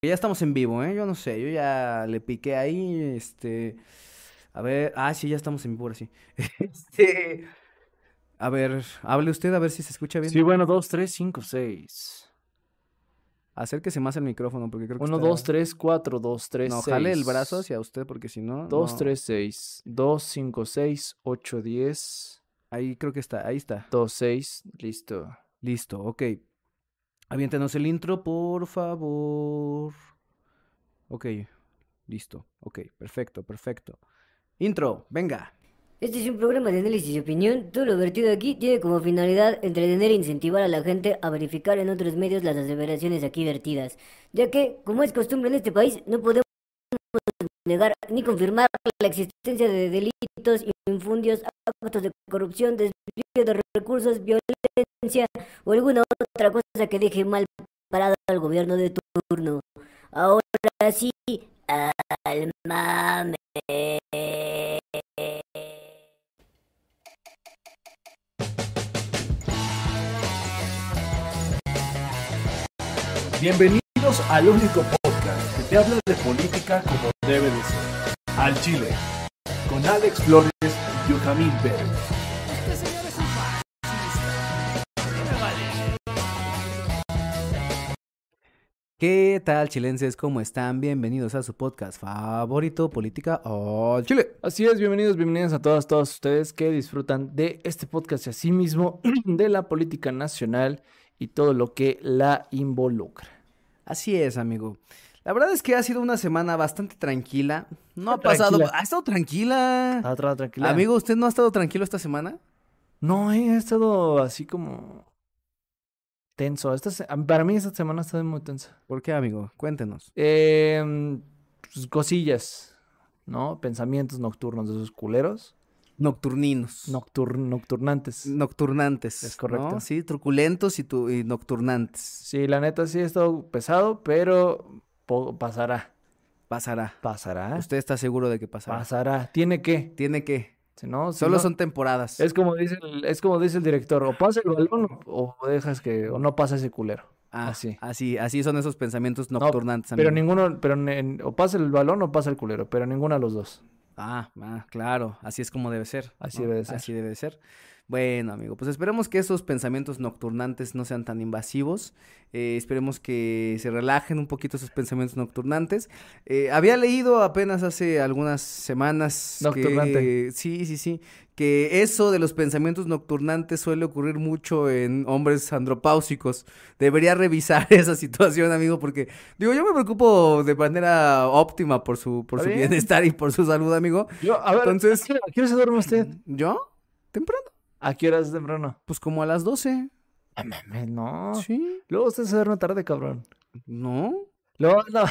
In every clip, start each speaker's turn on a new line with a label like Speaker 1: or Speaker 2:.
Speaker 1: Que ya estamos en vivo, ¿eh? Yo no sé, yo ya le piqué ahí, este... A ver, ah, sí, ya estamos en vivo ahora sí. Este... A ver, hable usted a ver si se escucha bien.
Speaker 2: Sí, bueno, 2, 3, 5, 6.
Speaker 1: Acérquese más al micrófono porque creo que
Speaker 2: 1,
Speaker 1: está-
Speaker 2: 2, 3, 4, 2, 3,
Speaker 1: No,
Speaker 2: 6.
Speaker 1: jale el brazo hacia usted porque si no...
Speaker 2: 2,
Speaker 1: no.
Speaker 2: 3, 6. 2, 5, 6, 8, 10,
Speaker 1: Ahí creo que está, ahí está.
Speaker 2: 2, 6. Listo.
Speaker 1: Listo, ok. Aviéntanos el intro, por favor. Ok, listo. Ok, perfecto, perfecto. Intro, venga.
Speaker 3: Este es un programa de análisis y opinión. Todo lo vertido aquí tiene como finalidad entretener e incentivar a la gente a verificar en otros medios las aseveraciones aquí vertidas, ya que, como es costumbre en este país, no podemos negar ni confirmar la existencia de delitos, infundios, actos de corrupción, desvío de recursos, violencia o alguna otra cosa que deje mal parado al gobierno de turno. Ahora sí, al mame.
Speaker 4: Bienvenidos al único podcast que te habla de política como debe de ser. Al Chile, con Alex Flores y Yojamín Pérez.
Speaker 1: ¿Qué tal, chilenses? ¿Cómo están? Bienvenidos a su podcast favorito, Política al Chile.
Speaker 2: Así es, bienvenidos, bienvenidas a todas, todos ustedes que disfrutan de este podcast y asimismo de la política nacional y todo lo que la involucra.
Speaker 1: Así es, amigo. La verdad es que ha sido una semana bastante tranquila. No ha pasado.
Speaker 2: Tranquila.
Speaker 1: Ha estado tranquila.
Speaker 2: Está tra- tranquila.
Speaker 1: Amigo, ¿usted no ha estado tranquilo esta semana?
Speaker 2: No, eh, he estado así como tenso. Esta se- Para mí esta semana ha estado muy tensa.
Speaker 1: ¿Por qué, amigo? Cuéntenos.
Speaker 2: Em, pues, cosillas, ¿no? Pensamientos nocturnos de esos culeros.
Speaker 1: Nocturninos.
Speaker 2: Noctur- nocturnantes.
Speaker 1: Mm. Nocturnantes.
Speaker 2: Es correcto.
Speaker 1: ¿no? Sí, truculentos y, tu- y nocturnantes.
Speaker 2: Sí, la neta sí ha estado pesado, pero po- pasará.
Speaker 1: Pasará.
Speaker 2: Pasará.
Speaker 1: Usted está seguro de que pasará.
Speaker 2: Pasará. Tiene que.
Speaker 1: Tiene que.
Speaker 2: Si no, si
Speaker 1: Solo
Speaker 2: no-
Speaker 1: son temporadas.
Speaker 2: Es como dice el, es como dice el director, o pasa el balón o, o dejas que o no pasa ese culero.
Speaker 1: Ah,
Speaker 2: así.
Speaker 1: Así, así son esos pensamientos
Speaker 2: No,
Speaker 1: nocturnantes.
Speaker 2: Pero
Speaker 1: amigo.
Speaker 2: ninguno, pero ni- o pasa el balón o pasa el culero, pero ninguno de los dos.
Speaker 1: Ah, ah, claro, así es como debe ser.
Speaker 2: Así debe de ser.
Speaker 1: Así debe de ser. Bueno, amigo, pues esperemos que esos pensamientos nocturnantes no sean tan invasivos. eh, esperemos que se relajen un poquito esos pensamientos nocturnantes. Eh, había leído apenas hace algunas semanas que-
Speaker 2: Nocturnante.
Speaker 1: sí, sí, sí, que eso de los pensamientos nocturnantes suele ocurrir mucho en hombres andropáusicos. Debería revisar esa situación, amigo, porque digo, yo me preocupo de manera óptima por su por
Speaker 2: Está
Speaker 1: su
Speaker 2: bien.
Speaker 1: bienestar y por su salud, amigo.
Speaker 2: Yo, a ver,
Speaker 1: Entonces-
Speaker 2: ¿a qué- a qué hora se duerme usted?
Speaker 1: ¿Yo? ¿Temprano?
Speaker 2: ¿A qué horas temprano?
Speaker 1: Pues como a las 12.
Speaker 2: No mames, no.
Speaker 1: Sí.
Speaker 2: Luego usted se duerme tarde, cabrón.
Speaker 1: ¿No?
Speaker 2: Luego anda,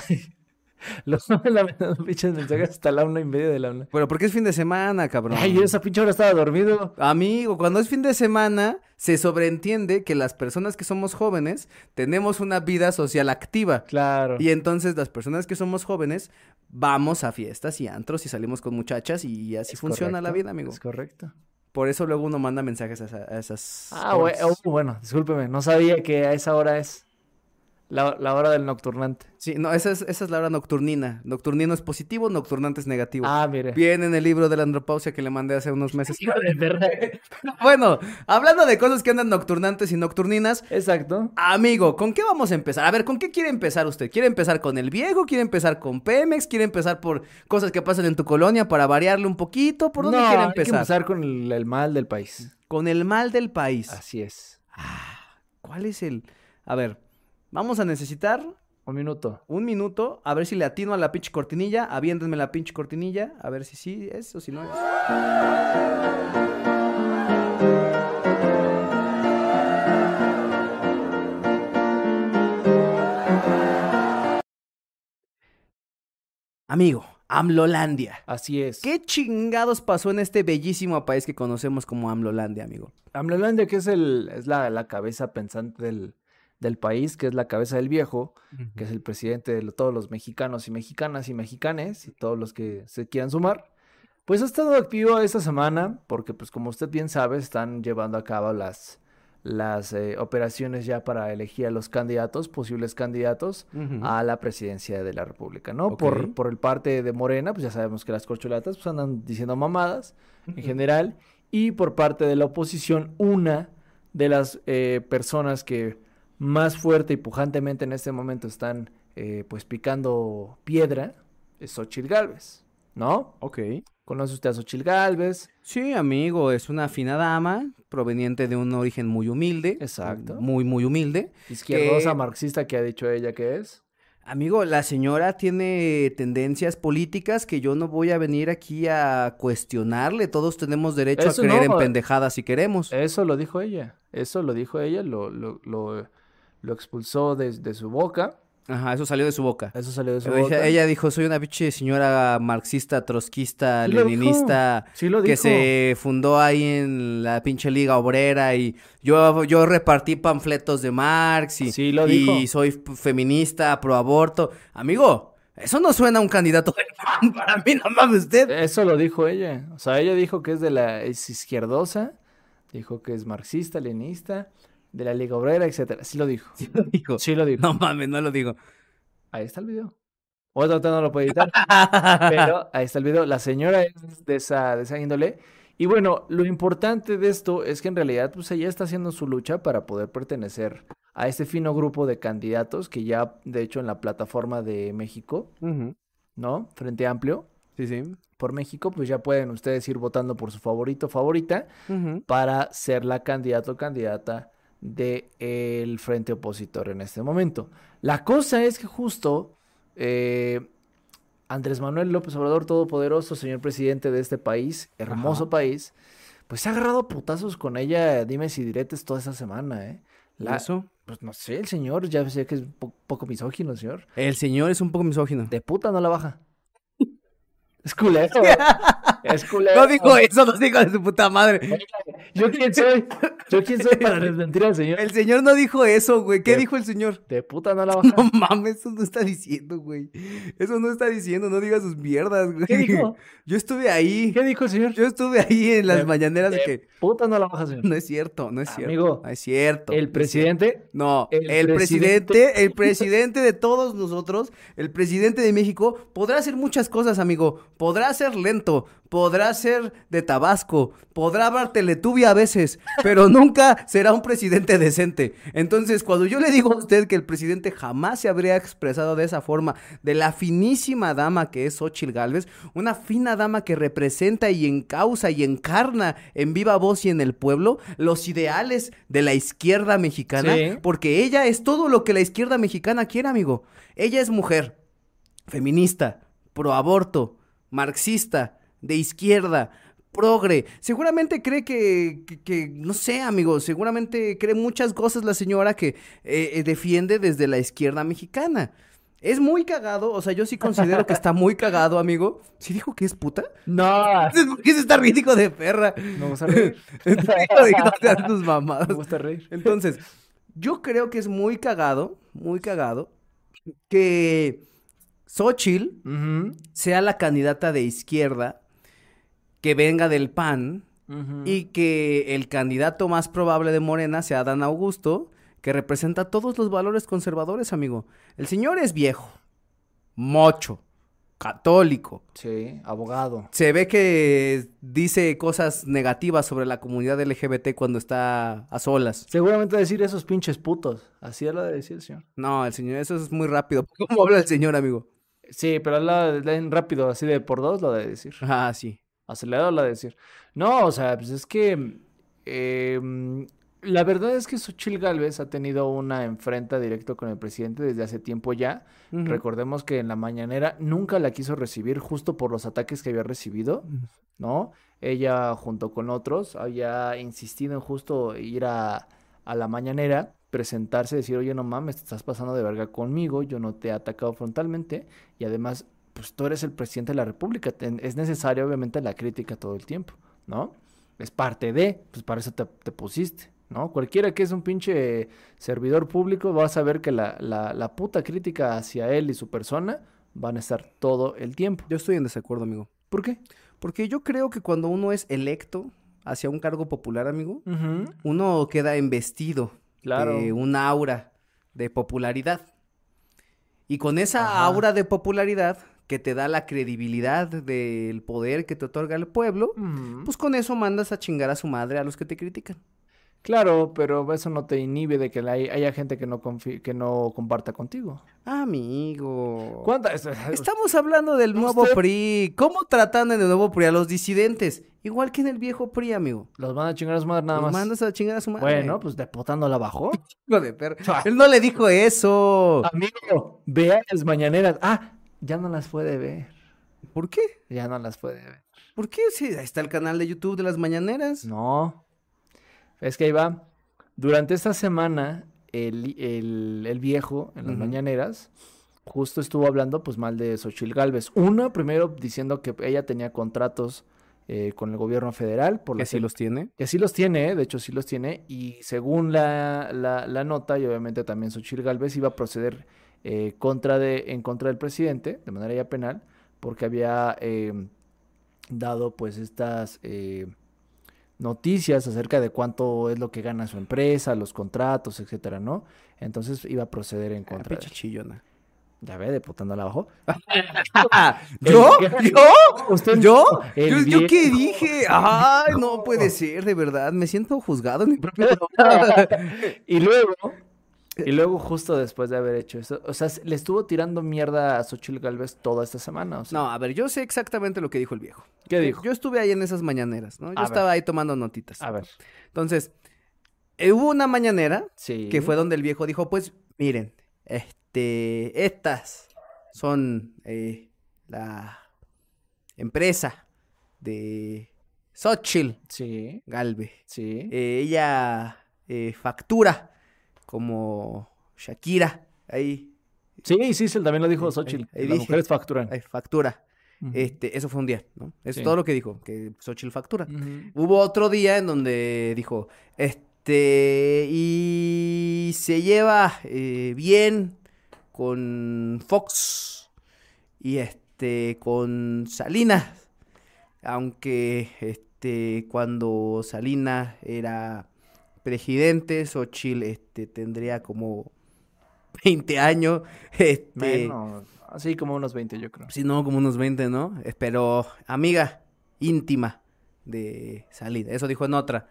Speaker 2: luego anda mandando pinches mensajes hasta la una y media de la una.
Speaker 1: Pero porque es fin de semana, cabrón.
Speaker 2: Ay, yo esa pinche hora estaba dormido.
Speaker 1: Amigo, cuando es fin de semana, se sobreentiende que las personas que somos jóvenes tenemos una vida social activa.
Speaker 2: Claro.
Speaker 1: Y entonces las personas que somos jóvenes vamos a fiestas y antros y salimos con muchachas y así
Speaker 2: Es
Speaker 1: funciona la
Speaker 2: correcto,
Speaker 1: vida, amigo.
Speaker 2: Es correcto.
Speaker 1: Por eso luego uno manda mensajes a, esa- a esas...
Speaker 2: Ah,
Speaker 1: horas.
Speaker 2: bueno, bueno, discúlpeme. No sabía que a esa hora es la, la hora del nocturnante.
Speaker 1: Sí, no, esa es, esa es la hora nocturnina. Nocturnino es positivo, nocturnante es negativo.
Speaker 2: Ah, mire.
Speaker 1: Viene en el libro de la andropausia que le mandé hace unos meses.
Speaker 2: Hijo de perra.
Speaker 1: Bueno, hablando de cosas que andan nocturnantes y nocturninas,
Speaker 2: Exacto.
Speaker 1: amigo, ¿con qué vamos a empezar? A ver, ¿con qué quiere empezar usted? ¿Quiere empezar con el viejo? ¿Quiere empezar con Pemex? ¿Quiere empezar por cosas que pasan en tu colonia para variarle un poquito? ¿Por dónde
Speaker 2: No,
Speaker 1: quiere
Speaker 2: hay que
Speaker 1: empezar?
Speaker 2: empezar con el, el mal del país.
Speaker 1: Con el mal del país.
Speaker 2: Así es.
Speaker 1: ¿Cuál es el...? A ver, vamos a necesitar
Speaker 2: Un minuto.
Speaker 1: un minuto, a ver si le atino a la pinche cortinilla, aviéntenme la pinche cortinilla, a ver si sí es o si no es. Amigo, Amlolandia.
Speaker 2: Así es.
Speaker 1: ¿Qué chingados pasó en este bellísimo país que conocemos como Amlolandia, amigo?
Speaker 2: AMLOlandia, que es, el, es la, la cabeza pensante del, del país, que es la cabeza del viejo, que es el presidente de lo- todos los mexicanos y mexicanas y mexicanes y todos los que se quieran sumar, pues ha estado activo esta semana porque, pues como usted bien sabe, están llevando a cabo las, las eh, operaciones ya para elegir a los candidatos, posibles candidatos
Speaker 1: Ujú.
Speaker 2: a la presidencia de la República, ¿no?
Speaker 1: Ok.
Speaker 2: Por, por el parte de Morena, pues ya sabemos que las corcholatas pues andan diciendo mamadas en general, y por parte de la oposición, una de las eh, personas que más fuerte y pujantemente en este momento están eh, pues picando piedra es Xochitl Galvez, ¿no?
Speaker 1: Ok.
Speaker 2: ¿Conoce usted a Xochitl Galvez?
Speaker 1: Sí, amigo, es una fina dama proveniente de un origen muy humilde.
Speaker 2: Exacto.
Speaker 1: Muy, muy humilde.
Speaker 2: Izquierdosa,
Speaker 1: Que-
Speaker 2: marxista, que ha dicho ella que es.
Speaker 1: Amigo, la señora tiene tendencias políticas que yo no voy a venir aquí a cuestionarle. Todos tenemos derecho
Speaker 2: Eso
Speaker 1: a creer
Speaker 2: no, eh.
Speaker 1: en pendejadas si queremos.
Speaker 2: Eso lo dijo ella. Eso lo dijo ella, lo, lo, lo, lo expulsó de, de su boca.
Speaker 1: Ajá, eso salió de su boca.
Speaker 2: Eso salió de su
Speaker 1: Pero
Speaker 2: boca.
Speaker 1: Ella, ella dijo, soy una pinche señora marxista, trotskista,
Speaker 2: Sí lo dijo,
Speaker 1: leninista,
Speaker 2: sí lo
Speaker 1: que
Speaker 2: dijo.
Speaker 1: se fundó ahí en la pinche liga obrera y yo, yo repartí panfletos de Marx y,
Speaker 2: Sí lo
Speaker 1: y
Speaker 2: dijo.
Speaker 1: soy f- feminista, pro aborto. Amigo, eso no suena a un candidato del PAN para mí, no mames usted.
Speaker 2: Eso lo dijo ella. O sea, ella dijo que es de la es izquierdosa, dijo que es marxista, leninista, de la Liga Obrera, etcétera. Sí lo dijo.
Speaker 1: Sí lo dijo.
Speaker 2: Sí lo dijo.
Speaker 1: No mames, no lo digo.
Speaker 2: Ahí está el video. Otra ahorita no lo puede editar, pero ahí está el video. La señora es de esa, de esa índole. Y bueno, lo importante de esto es que en realidad pues ella está haciendo su lucha para poder pertenecer a este fino grupo de candidatos que ya, de hecho, en la plataforma de México, ¿no? Frente Amplio
Speaker 1: Sí, sí.
Speaker 2: por México, pues ya pueden ustedes ir votando por su favorito, favorita, para ser la candidata o candidata del frente opositor en este momento. La cosa es que justo eh, Andrés Manuel López Obrador, todopoderoso, señor presidente de este país, hermoso país, pues se ha agarrado a putazos con ella, dime si diretes, toda esa semana, ¿eh? La-
Speaker 1: Eso.
Speaker 2: Pues no sé, el señor, ya sé que es un po- poco misógino, el señor.
Speaker 1: El señor es un poco misógino.
Speaker 2: De puta no la baja. Es culero. güey. es culero.
Speaker 1: No dijo eso, no dijo de su puta madre.
Speaker 2: Yo quién soy. Yo quién soy para desmentir al señor.
Speaker 1: El señor no dijo eso, güey. ¿Qué
Speaker 2: De-
Speaker 1: dijo el señor?
Speaker 2: De puta no la baja.
Speaker 1: No mames, eso no está diciendo, güey. Eso no está diciendo, no digas sus mierdas, güey.
Speaker 2: ¿Qué dijo?
Speaker 1: Yo estuve ahí.
Speaker 2: ¿Qué Eh, dijo el señor?
Speaker 1: Yo estuve ahí en las
Speaker 2: De-
Speaker 1: mañaneras de
Speaker 2: de
Speaker 1: que
Speaker 2: puta no la baja, señor.
Speaker 1: no es cierto, no es cierto.
Speaker 2: Amigo,
Speaker 1: no es cierto. no
Speaker 2: El
Speaker 1: es
Speaker 2: presidente.
Speaker 1: cierto. No, el,
Speaker 2: el
Speaker 1: presidente,
Speaker 2: presidente-
Speaker 1: el presidente de todos nosotros, el presidente de México, podrá hacer muchas cosas, amigo. Podrá ser lento, podrá ser de Tabasco, podrá hablar teletubia a veces, pero nunca será un presidente decente. Entonces, cuando yo le digo a usted que el presidente jamás se habría expresado de esa forma, de la finísima dama que es Xochitl Gálvez, una fina dama que representa y encausa y encarna en viva voz y en el pueblo los ideales de la izquierda mexicana,
Speaker 2: Sí.
Speaker 1: porque ella es todo lo que la izquierda mexicana quiere, amigo. Ella es mujer, feminista, pro aborto, marxista, de izquierda, progre. Seguramente cree que, que- que- no sé, amigo, seguramente cree muchas cosas la señora que eh, eh, defiende desde la izquierda mexicana. Es muy cagado, o sea, yo sí considero que está muy cagado, amigo. ¿Sí dijo que es puta?
Speaker 2: No.
Speaker 1: ¿Por qué se está riendo, hijo de perra?
Speaker 2: Me gusta reír.
Speaker 1: Hijo de- no seas tus mamadas.
Speaker 2: Me gusta reír.
Speaker 1: Entonces, yo creo que es muy cagado, muy cagado, que Xochitl
Speaker 2: Ujú,
Speaker 1: sea la candidata de izquierda que venga del PAN
Speaker 2: ujú.
Speaker 1: y que el candidato más probable de Morena sea Dan Augusto, que representa todos los valores conservadores, amigo. El señor es viejo, mocho, católico.
Speaker 2: Sí, abogado.
Speaker 1: Se ve que dice cosas negativas sobre la comunidad LGBT cuando está a solas.
Speaker 2: Seguramente decir esos pinches putos. Así es lo de decir el señor.
Speaker 1: No, el señor, eso es muy rápido. ¿Cómo habla el señor, amigo?
Speaker 2: Sí, pero la, en rápido, así de por dos, lo de decir.
Speaker 1: Ah, sí.
Speaker 2: Acelerado la de decir. No, o sea, pues es que em, la verdad es que Xochitl Gálvez ha tenido una enfrenta directa con el presidente desde hace tiempo ya.
Speaker 1: Ujú.
Speaker 2: Recordemos que en la mañanera nunca la quiso recibir justo por los ataques que había recibido, ¿no? Ella junto con otros había insistido en justo ir a, a la mañanera, presentarse, decir, oye, no mames, te estás pasando de verga conmigo, yo no te he atacado frontalmente y además, pues tú eres el presidente de la República, ten- es necesaria obviamente la crítica todo el tiempo, ¿no? Es parte de, pues para eso te, te pusiste, ¿no? Cualquiera que es un pinche servidor público va a saber que la, la, la puta crítica hacia él y su persona van a estar todo el tiempo.
Speaker 1: Yo estoy en desacuerdo, amigo.
Speaker 2: ¿Por qué?
Speaker 1: Porque yo creo que cuando uno es electo hacia un cargo popular, amigo, uno queda embestido
Speaker 2: Claro.
Speaker 1: de un aura de popularidad. Y con esa
Speaker 2: Ajá.
Speaker 1: aura de popularidad que te da la credibilidad del poder que te otorga el pueblo,
Speaker 2: Ujú.
Speaker 1: pues con eso mandas a chingar a su madre a los que te critican.
Speaker 2: Claro, pero eso no te inhibe de que la- haya gente que no, confi- que no comparta contigo.
Speaker 1: Amigo.
Speaker 2: ¿Cuántas?
Speaker 1: Estamos hablando del nuevo
Speaker 2: Usted-
Speaker 1: PRI. ¿Cómo tratan en el nuevo PRI a los disidentes? Igual que en el viejo PRI, amigo.
Speaker 2: Los van a chingar a su madre nada
Speaker 1: Los
Speaker 2: más.
Speaker 1: mandas a chingar a su madre.
Speaker 2: Bueno, pues deputándola abajo.
Speaker 1: Hijo de perra. Él no le dijo eso.
Speaker 2: Ah. Amigo, vea las mañaneras. Ah, ya no las puede ver.
Speaker 1: ¿Por qué?
Speaker 2: Ya no las puede ver. Pues
Speaker 1: ¿Por qué? Sí, ahí está el canal de YouTube de las mañaneras.
Speaker 2: No. Es que ahí va. Durante esta semana, el, el- el viejo en las
Speaker 1: Ujú.
Speaker 2: mañaneras justo estuvo hablando pues mal de Xochil Gálvez. Una, primero diciendo que ella tenía contratos eh, con el gobierno federal por
Speaker 1: Que
Speaker 2: la
Speaker 1: sí los tiene.
Speaker 2: Y así los tiene, ¿eh? de hecho sí los tiene, y según la, la- la nota, y obviamente también Xochitl Gálvez iba a proceder eh, contra de, en contra del presidente, de manera ya penal, porque había eh, dado pues estas eh, noticias acerca de cuánto es lo que gana su empresa, los contratos, etcétera, ¿no? Entonces iba a proceder en
Speaker 1: Ah,
Speaker 2: contra. de-
Speaker 1: pinche chillona.
Speaker 2: Ya ve, deputándola abajo.
Speaker 1: ¿Yo?
Speaker 2: El viejo-
Speaker 1: ¿Yo?
Speaker 2: Usted
Speaker 1: ¿Yo?
Speaker 2: El
Speaker 1: ¿Yo, yo qué
Speaker 2: viejo.
Speaker 1: dije? Ah, Ay, no puede ser, de verdad. Me siento juzgado en mi propio
Speaker 2: Y luego, y luego justo después de haber hecho eso, o sea, s- le estuvo tirando mierda a Xochitl Galvez toda esta semana, o sea,
Speaker 1: No, a ver, yo sé exactamente lo que dijo el viejo.
Speaker 2: ¿qué dijo?
Speaker 1: Yo estuve ahí en esas mañaneras, ¿no? Yo
Speaker 2: A ver.
Speaker 1: estaba ahí tomando notitas.
Speaker 2: A ver,
Speaker 1: Entonces, eh, hubo una mañanera
Speaker 2: sí.
Speaker 1: que fue donde el viejo dijo, pues, miren, este, estas son eh, la empresa de Xochitl
Speaker 2: Sí,
Speaker 1: Galve.
Speaker 2: sí.
Speaker 1: Eh, ella eh, factura como Shakira. Ahí,
Speaker 2: Sí, sí, sí, también lo dijo
Speaker 1: ahí-
Speaker 2: Xochitl.
Speaker 1: ahí
Speaker 2: Las
Speaker 1: eh, dije. eh,
Speaker 2: mujeres facturan.
Speaker 1: ahí factura.
Speaker 2: Ujú.
Speaker 1: Este, eso fue un día, ¿no? Eso
Speaker 2: Sí.
Speaker 1: es todo lo que dijo, que Xochitl factura.
Speaker 2: Ujú.
Speaker 1: Hubo otro día en donde dijo, este, y se lleva eh, bien con Fox y este, con Salinas. Aunque, este, cuando Salinas era presidente, Xochitl, este, tendría como 20 años, este,
Speaker 2: Menos, así como unos 20 yo creo.
Speaker 1: si no, como unos 20, ¿no? Eh, Pero amiga íntima de salida. Eso dijo en otra.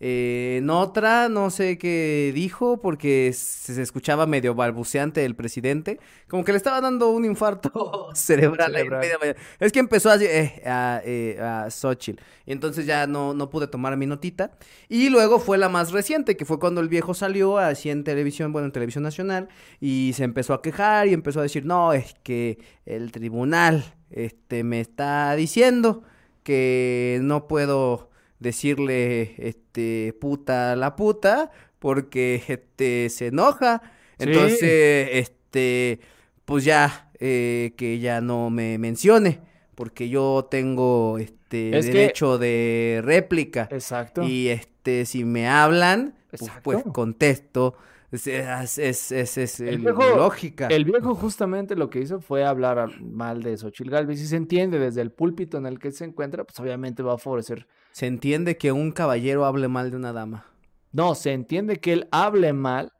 Speaker 1: Eh, en otra, no sé qué dijo, porque se, se escuchaba medio balbuceante el presidente. Como que le estaba dando un infarto cerebral. ahí en
Speaker 2: Cerebral.
Speaker 1: media mañana. Es que empezó así, eh, a, eh, a Xochitl. Y entonces ya no, no pude tomar mi notita. Y luego fue la más reciente, que fue cuando el viejo salió así en televisión, bueno, en televisión nacional, y se empezó a quejar y empezó a decir, no, es que el tribunal este, me está diciendo que no puedo decirle este, puta a la puta porque este, se enoja.
Speaker 2: Sí.
Speaker 1: Entonces, este, pues ya, eh, que ya no me mencione. Porque yo tengo este
Speaker 2: Es que-
Speaker 1: derecho de réplica.
Speaker 2: Exacto.
Speaker 1: Y este, si me hablan, pues, pues,
Speaker 2: Exacto.
Speaker 1: contesto. Es, es, es, es- es
Speaker 2: El
Speaker 1: el-
Speaker 2: viejo-
Speaker 1: lógica.
Speaker 2: El viejo justamente lo que hizo fue hablar a- mal de Xochitl Galvez y se entiende desde el púlpito en el que se encuentra, pues obviamente va a favorecer.
Speaker 1: Se entiende que un caballero hable mal de una dama.
Speaker 2: No, se entiende que él hable mal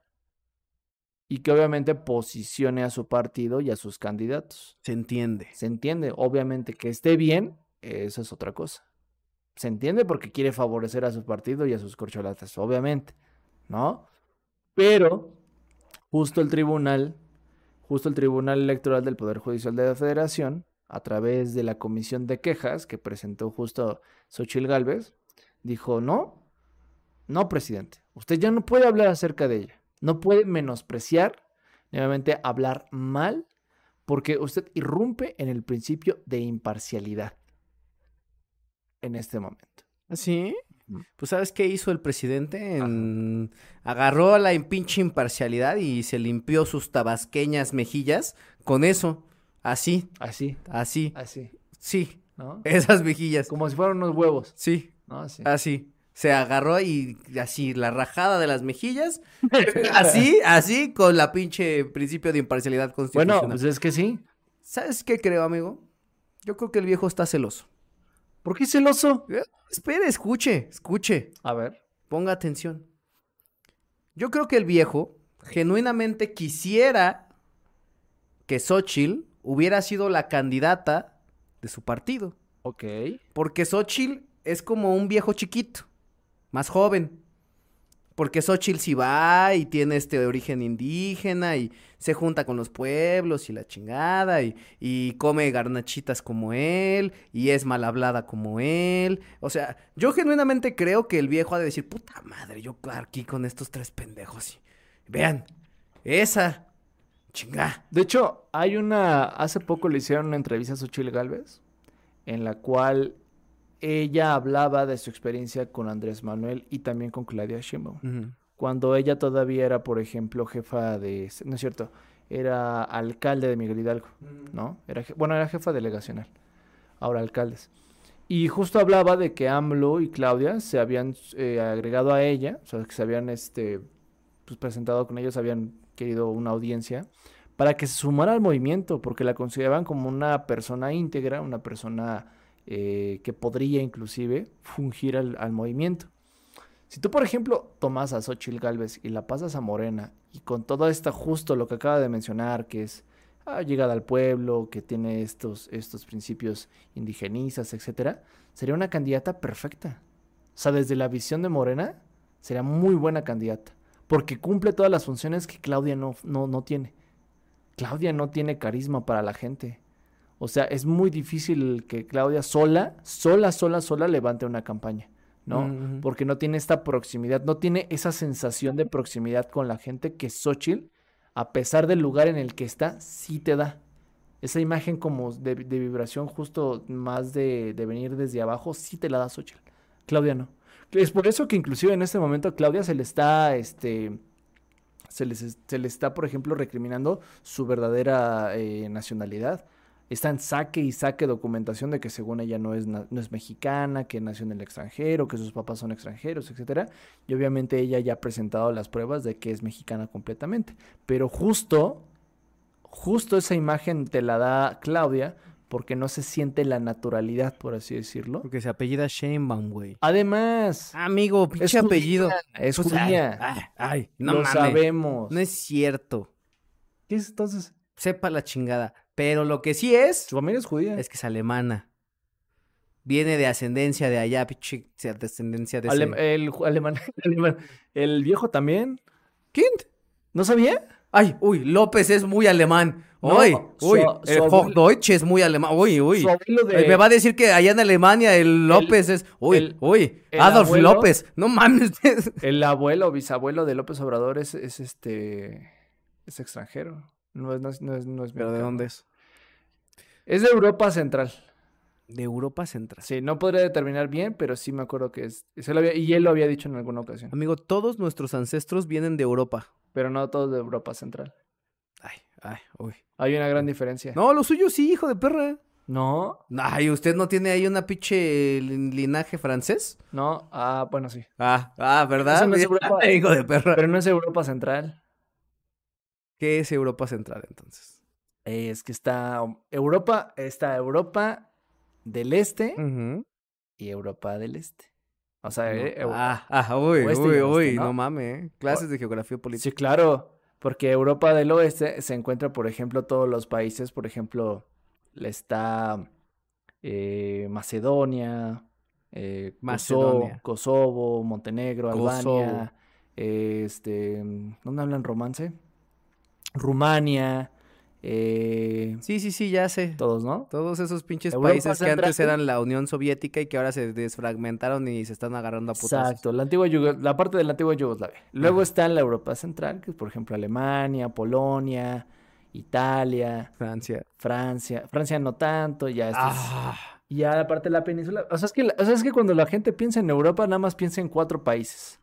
Speaker 2: y que obviamente posicione a su partido y a sus candidatos.
Speaker 1: Se entiende.
Speaker 2: Se entiende, obviamente que esté bien, eso es otra cosa. Se entiende porque quiere favorecer a su partido y a sus corcholatas, obviamente, ¿no? Pero justo el tribunal, justo el Tribunal Electoral del Poder Judicial de la Federación, a través de la comisión de quejas que presentó justo Xochil Gálvez, dijo, no, no, presidente, usted ya no puede hablar acerca de ella, no puede menospreciar, ni obviamente hablar mal, porque usted irrumpe en el principio de imparcialidad en este momento.
Speaker 1: ¿Ah, ¿Sí?
Speaker 2: Ujú.
Speaker 1: Pues ¿sabes qué hizo el presidente? En- Agarró la im- pinche imparcialidad y se limpió sus tabasqueñas mejillas con eso. Así,
Speaker 2: Así,
Speaker 1: así,
Speaker 2: así,
Speaker 1: sí.
Speaker 2: ¿no?
Speaker 1: Esas mejillas.
Speaker 2: Como si fueran unos huevos,
Speaker 1: Sí,
Speaker 2: ¿no? Así.
Speaker 1: Así. Se agarró y así, la rajada de las mejillas. así, así, con la pinche principio de imparcialidad
Speaker 2: Bueno,
Speaker 1: constitucional.
Speaker 2: pues es que sí.
Speaker 1: ¿Sabes qué creo, amigo? Yo creo que el viejo está celoso.
Speaker 2: ¿Por qué celoso?
Speaker 1: Eh, Espere, escuche, escuche.
Speaker 2: A ver.
Speaker 1: Ponga atención. Yo creo que el viejo genuinamente quisiera que Xochitl hubiera sido la candidata de su partido.
Speaker 2: Ok.
Speaker 1: Porque Xochitl es como un viejo chiquito, más joven. Porque Xochitl sí va y tiene este origen indígena y se junta con los pueblos y la chingada y, y come garnachitas como él y es mal hablada como él. O sea, yo genuinamente creo que el viejo ha de decir, puta madre, yo aquí con estos tres pendejos. Y, vean, esa, chingada.
Speaker 2: De hecho, hay una. Hace poco le hicieron una entrevista a Xochitl Galvez, en la cual ella hablaba de su experiencia con Andrés Manuel y también con Claudia Sheinbaum. Cuando ella todavía era, por ejemplo, jefa de. No es cierto, era alcalde de Miguel Hidalgo, ¿no? Era, je- bueno, era jefa delegacional. Ahora alcaldes. Y justo hablaba de que AMLO y Claudia se habían eh, agregado a ella, o sea, que se habían este, pues, presentado con ellos, habían querido una audiencia para que se sumara al movimiento, porque la consideraban como una persona íntegra, una persona eh, que podría inclusive fungir al, al movimiento. Si tú, por ejemplo, tomas a Xochitl Galvez y la pasas a Morena, y con toda esta justo lo que acaba de mencionar, que es ah, llegada al pueblo, que tiene estos, estos principios indigenistas, etcétera, sería una candidata perfecta. O sea, desde la visión de Morena, sería muy buena candidata. Porque cumple todas las funciones que Claudia no, no, no tiene. Claudia no tiene carisma para la gente. O sea, es muy difícil que Claudia sola, sola, sola, sola levante una campaña, ¿no?
Speaker 1: Mm, ujú.
Speaker 2: Porque no tiene esta proximidad, no tiene esa sensación de proximidad con la gente que Xochitl, a pesar del lugar en el que está, sí te da. Esa imagen como de, de vibración justo más de, de venir desde abajo, sí te la da Xochitl. Claudia no. Es por eso que inclusive en este momento a Claudia se le está, este, se les es- se le está, por ejemplo, recriminando su verdadera eh, nacionalidad. Están saque y saque documentación de que según ella no es, na- no es mexicana, que nació en el extranjero, que sus papás son extranjeros, etcétera. Y obviamente ella ya ha presentado las pruebas de que es mexicana completamente. Pero justo, justo esa imagen te la da Claudia porque no se siente la naturalidad, por así decirlo.
Speaker 1: Porque se apellida Sheinbaum, güey.
Speaker 2: Además,
Speaker 1: Amigo, pinche
Speaker 2: judía,
Speaker 1: apellido.
Speaker 2: es
Speaker 1: Pues, ay,
Speaker 2: judía.
Speaker 1: ay, ay, no
Speaker 2: lo
Speaker 1: mames.
Speaker 2: sabemos.
Speaker 1: No es cierto.
Speaker 2: ¿Qué es entonces?
Speaker 1: Sepa la chingada. Pero lo que sí es,
Speaker 2: Su familia es judía.
Speaker 1: es que es alemana. Viene de ascendencia de allá, pinche sea descendencia de ese-
Speaker 2: Alem- eh, el ju- alemán, alemán. El viejo también.
Speaker 1: ¿Quién?
Speaker 2: ¿No sabía?
Speaker 1: Ay, uy, López es muy alemán.
Speaker 2: No,
Speaker 1: uy,
Speaker 2: su-
Speaker 1: uy,
Speaker 2: su
Speaker 1: el
Speaker 2: abuelo-
Speaker 1: Hochdeutsch es muy alemán. Uy, uy.
Speaker 2: Su abuelo de-
Speaker 1: Eh, Me va a decir que allá en Alemania el López es. Uy,
Speaker 2: el-
Speaker 1: uy.
Speaker 2: el
Speaker 1: Adolf
Speaker 2: abuelo-
Speaker 1: López. No mames.
Speaker 2: El abuelo o bisabuelo de López Obrador es, es este. Es extranjero. No es, no es, no es, no es mexicano.
Speaker 1: es?
Speaker 2: Es de Europa Central.
Speaker 1: De Europa Central.
Speaker 2: Sí, no podría determinar bien, pero sí me acuerdo que es. se lo había- y él lo había dicho en alguna ocasión.
Speaker 1: Amigo, todos nuestros ancestros vienen de Europa.
Speaker 2: Pero no todos de Europa Central.
Speaker 1: Ay, ay, uy.
Speaker 2: Hay una gran diferencia.
Speaker 1: No, lo suyo sí, hijo de perra.
Speaker 2: No,
Speaker 1: Ay, ¿usted no tiene ahí una pinche lin- linaje francés?
Speaker 2: no. Ah, bueno, sí.
Speaker 1: Ah, ah, ¿verdad?
Speaker 2: Eso no es Europa.
Speaker 1: Ay, hijo de perra.
Speaker 2: Pero no es Europa Central.
Speaker 1: ¿Qué es Europa Central entonces?
Speaker 2: Eh, Es que está Europa, está Europa del Este y Europa del Este. O sea,
Speaker 1: No.
Speaker 2: eh, Eu-
Speaker 1: Ah, ah, uy,
Speaker 2: Oeste y
Speaker 1: uy,
Speaker 2: oeste,
Speaker 1: uy,
Speaker 2: ¿no?
Speaker 1: no mames. ¿eh? Clases de geografía política.
Speaker 2: sí, claro, porque Europa del Oeste se encuentra, por ejemplo, todos los países, por ejemplo, la está eh, Macedonia, eh, Koso-
Speaker 1: Macedonia.
Speaker 2: Kosovo, Montenegro,
Speaker 1: Kosovo.
Speaker 2: Albania, eh, este, ¿dónde hablan romance? Rumania, eh,
Speaker 1: Sí, sí, sí, ya sé.
Speaker 2: todos, ¿no?
Speaker 1: Todos esos pinches
Speaker 2: Europa
Speaker 1: países que antes
Speaker 2: Central.
Speaker 1: eran la Unión Soviética y que ahora se desfragmentaron y se están agarrando a putas.
Speaker 2: Exacto, la antigua Yugo- la parte de la antigua Yugoslavia. Luego está la Europa Central, que es por ejemplo Alemania, Polonia, Italia,
Speaker 1: Francia.
Speaker 2: Francia. Francia no tanto, ya esto es-
Speaker 1: Ah,
Speaker 2: y ya la parte de la península. O sea, es que, la- o sea, es que cuando la gente piensa en Europa, nada más piensa en cuatro países.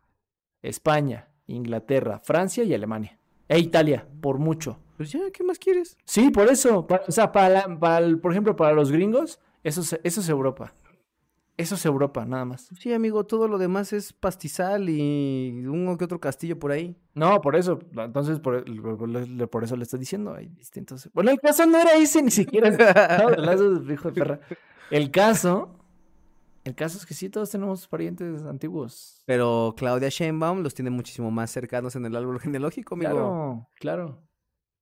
Speaker 2: España, Inglaterra, Francia y Alemania. E Italia, por mucho.
Speaker 1: pues ya, ¿qué más quieres?
Speaker 2: Sí, por eso. pa- o sea, para, la- para el- por ejemplo, para los gringos, eso es, eso es Europa. Eso es Europa, nada más.
Speaker 1: Sí, amigo, todo lo demás es pastizal y uno que otro castillo por ahí.
Speaker 2: No, por eso. la- Entonces, por, por- por- por eso le estoy diciendo. Hay distintos. Bueno, el caso no era ese ni siquiera. es- no, de las dos, hijo de perra. El caso El caso es que sí, todos tenemos parientes antiguos.
Speaker 1: Pero Claudia Sheinbaum los tiene muchísimo más cercanos en el árbol genealógico, amigo.
Speaker 2: Claro, claro.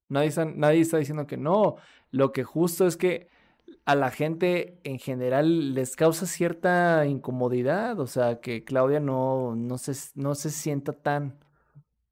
Speaker 2: Nadie está, nadie está diciendo que no. Lo que justo es que a la gente en general les causa cierta incomodidad. O sea, que Claudia no, no, se, no se sienta tan.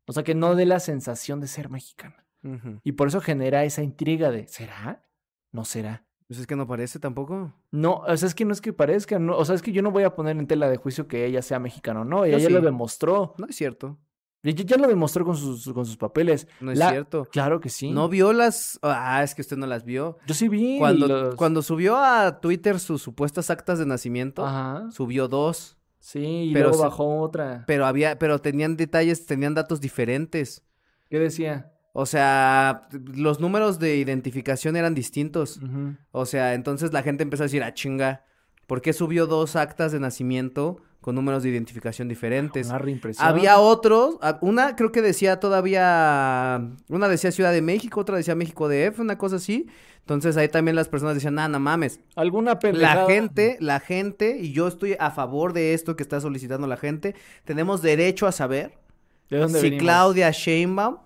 Speaker 2: O sea, que no dé la sensación de ser mexicana.
Speaker 1: Ujú.
Speaker 2: Y por eso genera esa intriga de: ¿será? ¿No será?
Speaker 1: Pues es que no parece tampoco.
Speaker 2: No, o sea, es que no es que parezca, no, o sea, es que yo no voy a poner en tela de juicio que ella sea mexicana o no, ella ya lo
Speaker 1: sí.
Speaker 2: demostró,
Speaker 1: No es cierto.
Speaker 2: ella ya lo demostró con sus, con sus papeles.
Speaker 1: No es
Speaker 2: La-
Speaker 1: cierto.
Speaker 2: Claro que sí.
Speaker 1: No vio las. Ah, es que usted no las vio.
Speaker 2: yo sí vi
Speaker 1: Cuando,
Speaker 2: los-
Speaker 1: cuando subió a Twitter sus supuestas actas de nacimiento,
Speaker 2: Ajá,
Speaker 1: subió dos.
Speaker 2: sí, y
Speaker 1: Pero
Speaker 2: luego
Speaker 1: sí-
Speaker 2: bajó otra.
Speaker 1: Pero había, pero tenían detalles, tenían datos diferentes.
Speaker 2: ¿Qué decía?
Speaker 1: O sea, los números de identificación eran distintos.
Speaker 2: Ujú.
Speaker 1: O sea, entonces la gente empezó a decir, ah, chinga, ¿por qué subió dos actas de nacimiento con números de identificación diferentes?
Speaker 2: Ah, Una reimpresión.
Speaker 1: Había otros, a- una creo que decía todavía, una decía Ciudad de México, otra decía México DF, una cosa así. Entonces ahí también las personas decían, ah, no mames.
Speaker 2: alguna pendejada.
Speaker 1: La gente, la gente, y yo estoy a favor de esto que está solicitando la gente, tenemos derecho a saber
Speaker 2: ¿De dónde
Speaker 1: si
Speaker 2: venimos?
Speaker 1: Claudia Sheinbaum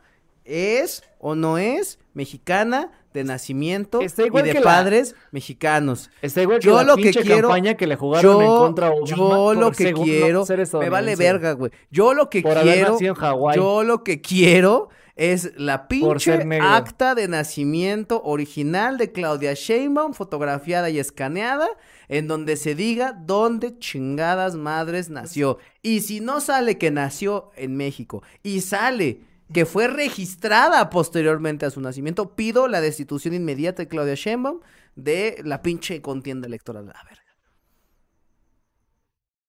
Speaker 1: es o no es mexicana de nacimiento
Speaker 2: Está igual
Speaker 1: y de
Speaker 2: que la-
Speaker 1: padres mexicanos.
Speaker 2: Está igual que
Speaker 1: yo
Speaker 2: la
Speaker 1: lo que
Speaker 2: pinche
Speaker 1: quiero-
Speaker 2: campaña que le jugaron en contra a Obama
Speaker 1: yo lo
Speaker 2: por
Speaker 1: que
Speaker 2: según no
Speaker 1: quiero,
Speaker 2: ser
Speaker 1: me vale
Speaker 2: estadounidense,
Speaker 1: verga, güey. Yo lo que
Speaker 2: Por haber
Speaker 1: quiero,
Speaker 2: nacido en Hawái.
Speaker 1: yo lo que quiero es la
Speaker 2: ser
Speaker 1: pinche
Speaker 2: negro.
Speaker 1: acta de nacimiento original de Claudia Sheinbaum, fotografiada y escaneada, en donde se diga dónde chingadas madres nació. Y si no sale que nació en México y sale que fue registrada posteriormente a su nacimiento, pido la destitución inmediata de Claudia Sheinbaum de la pinche contienda electoral. A ver,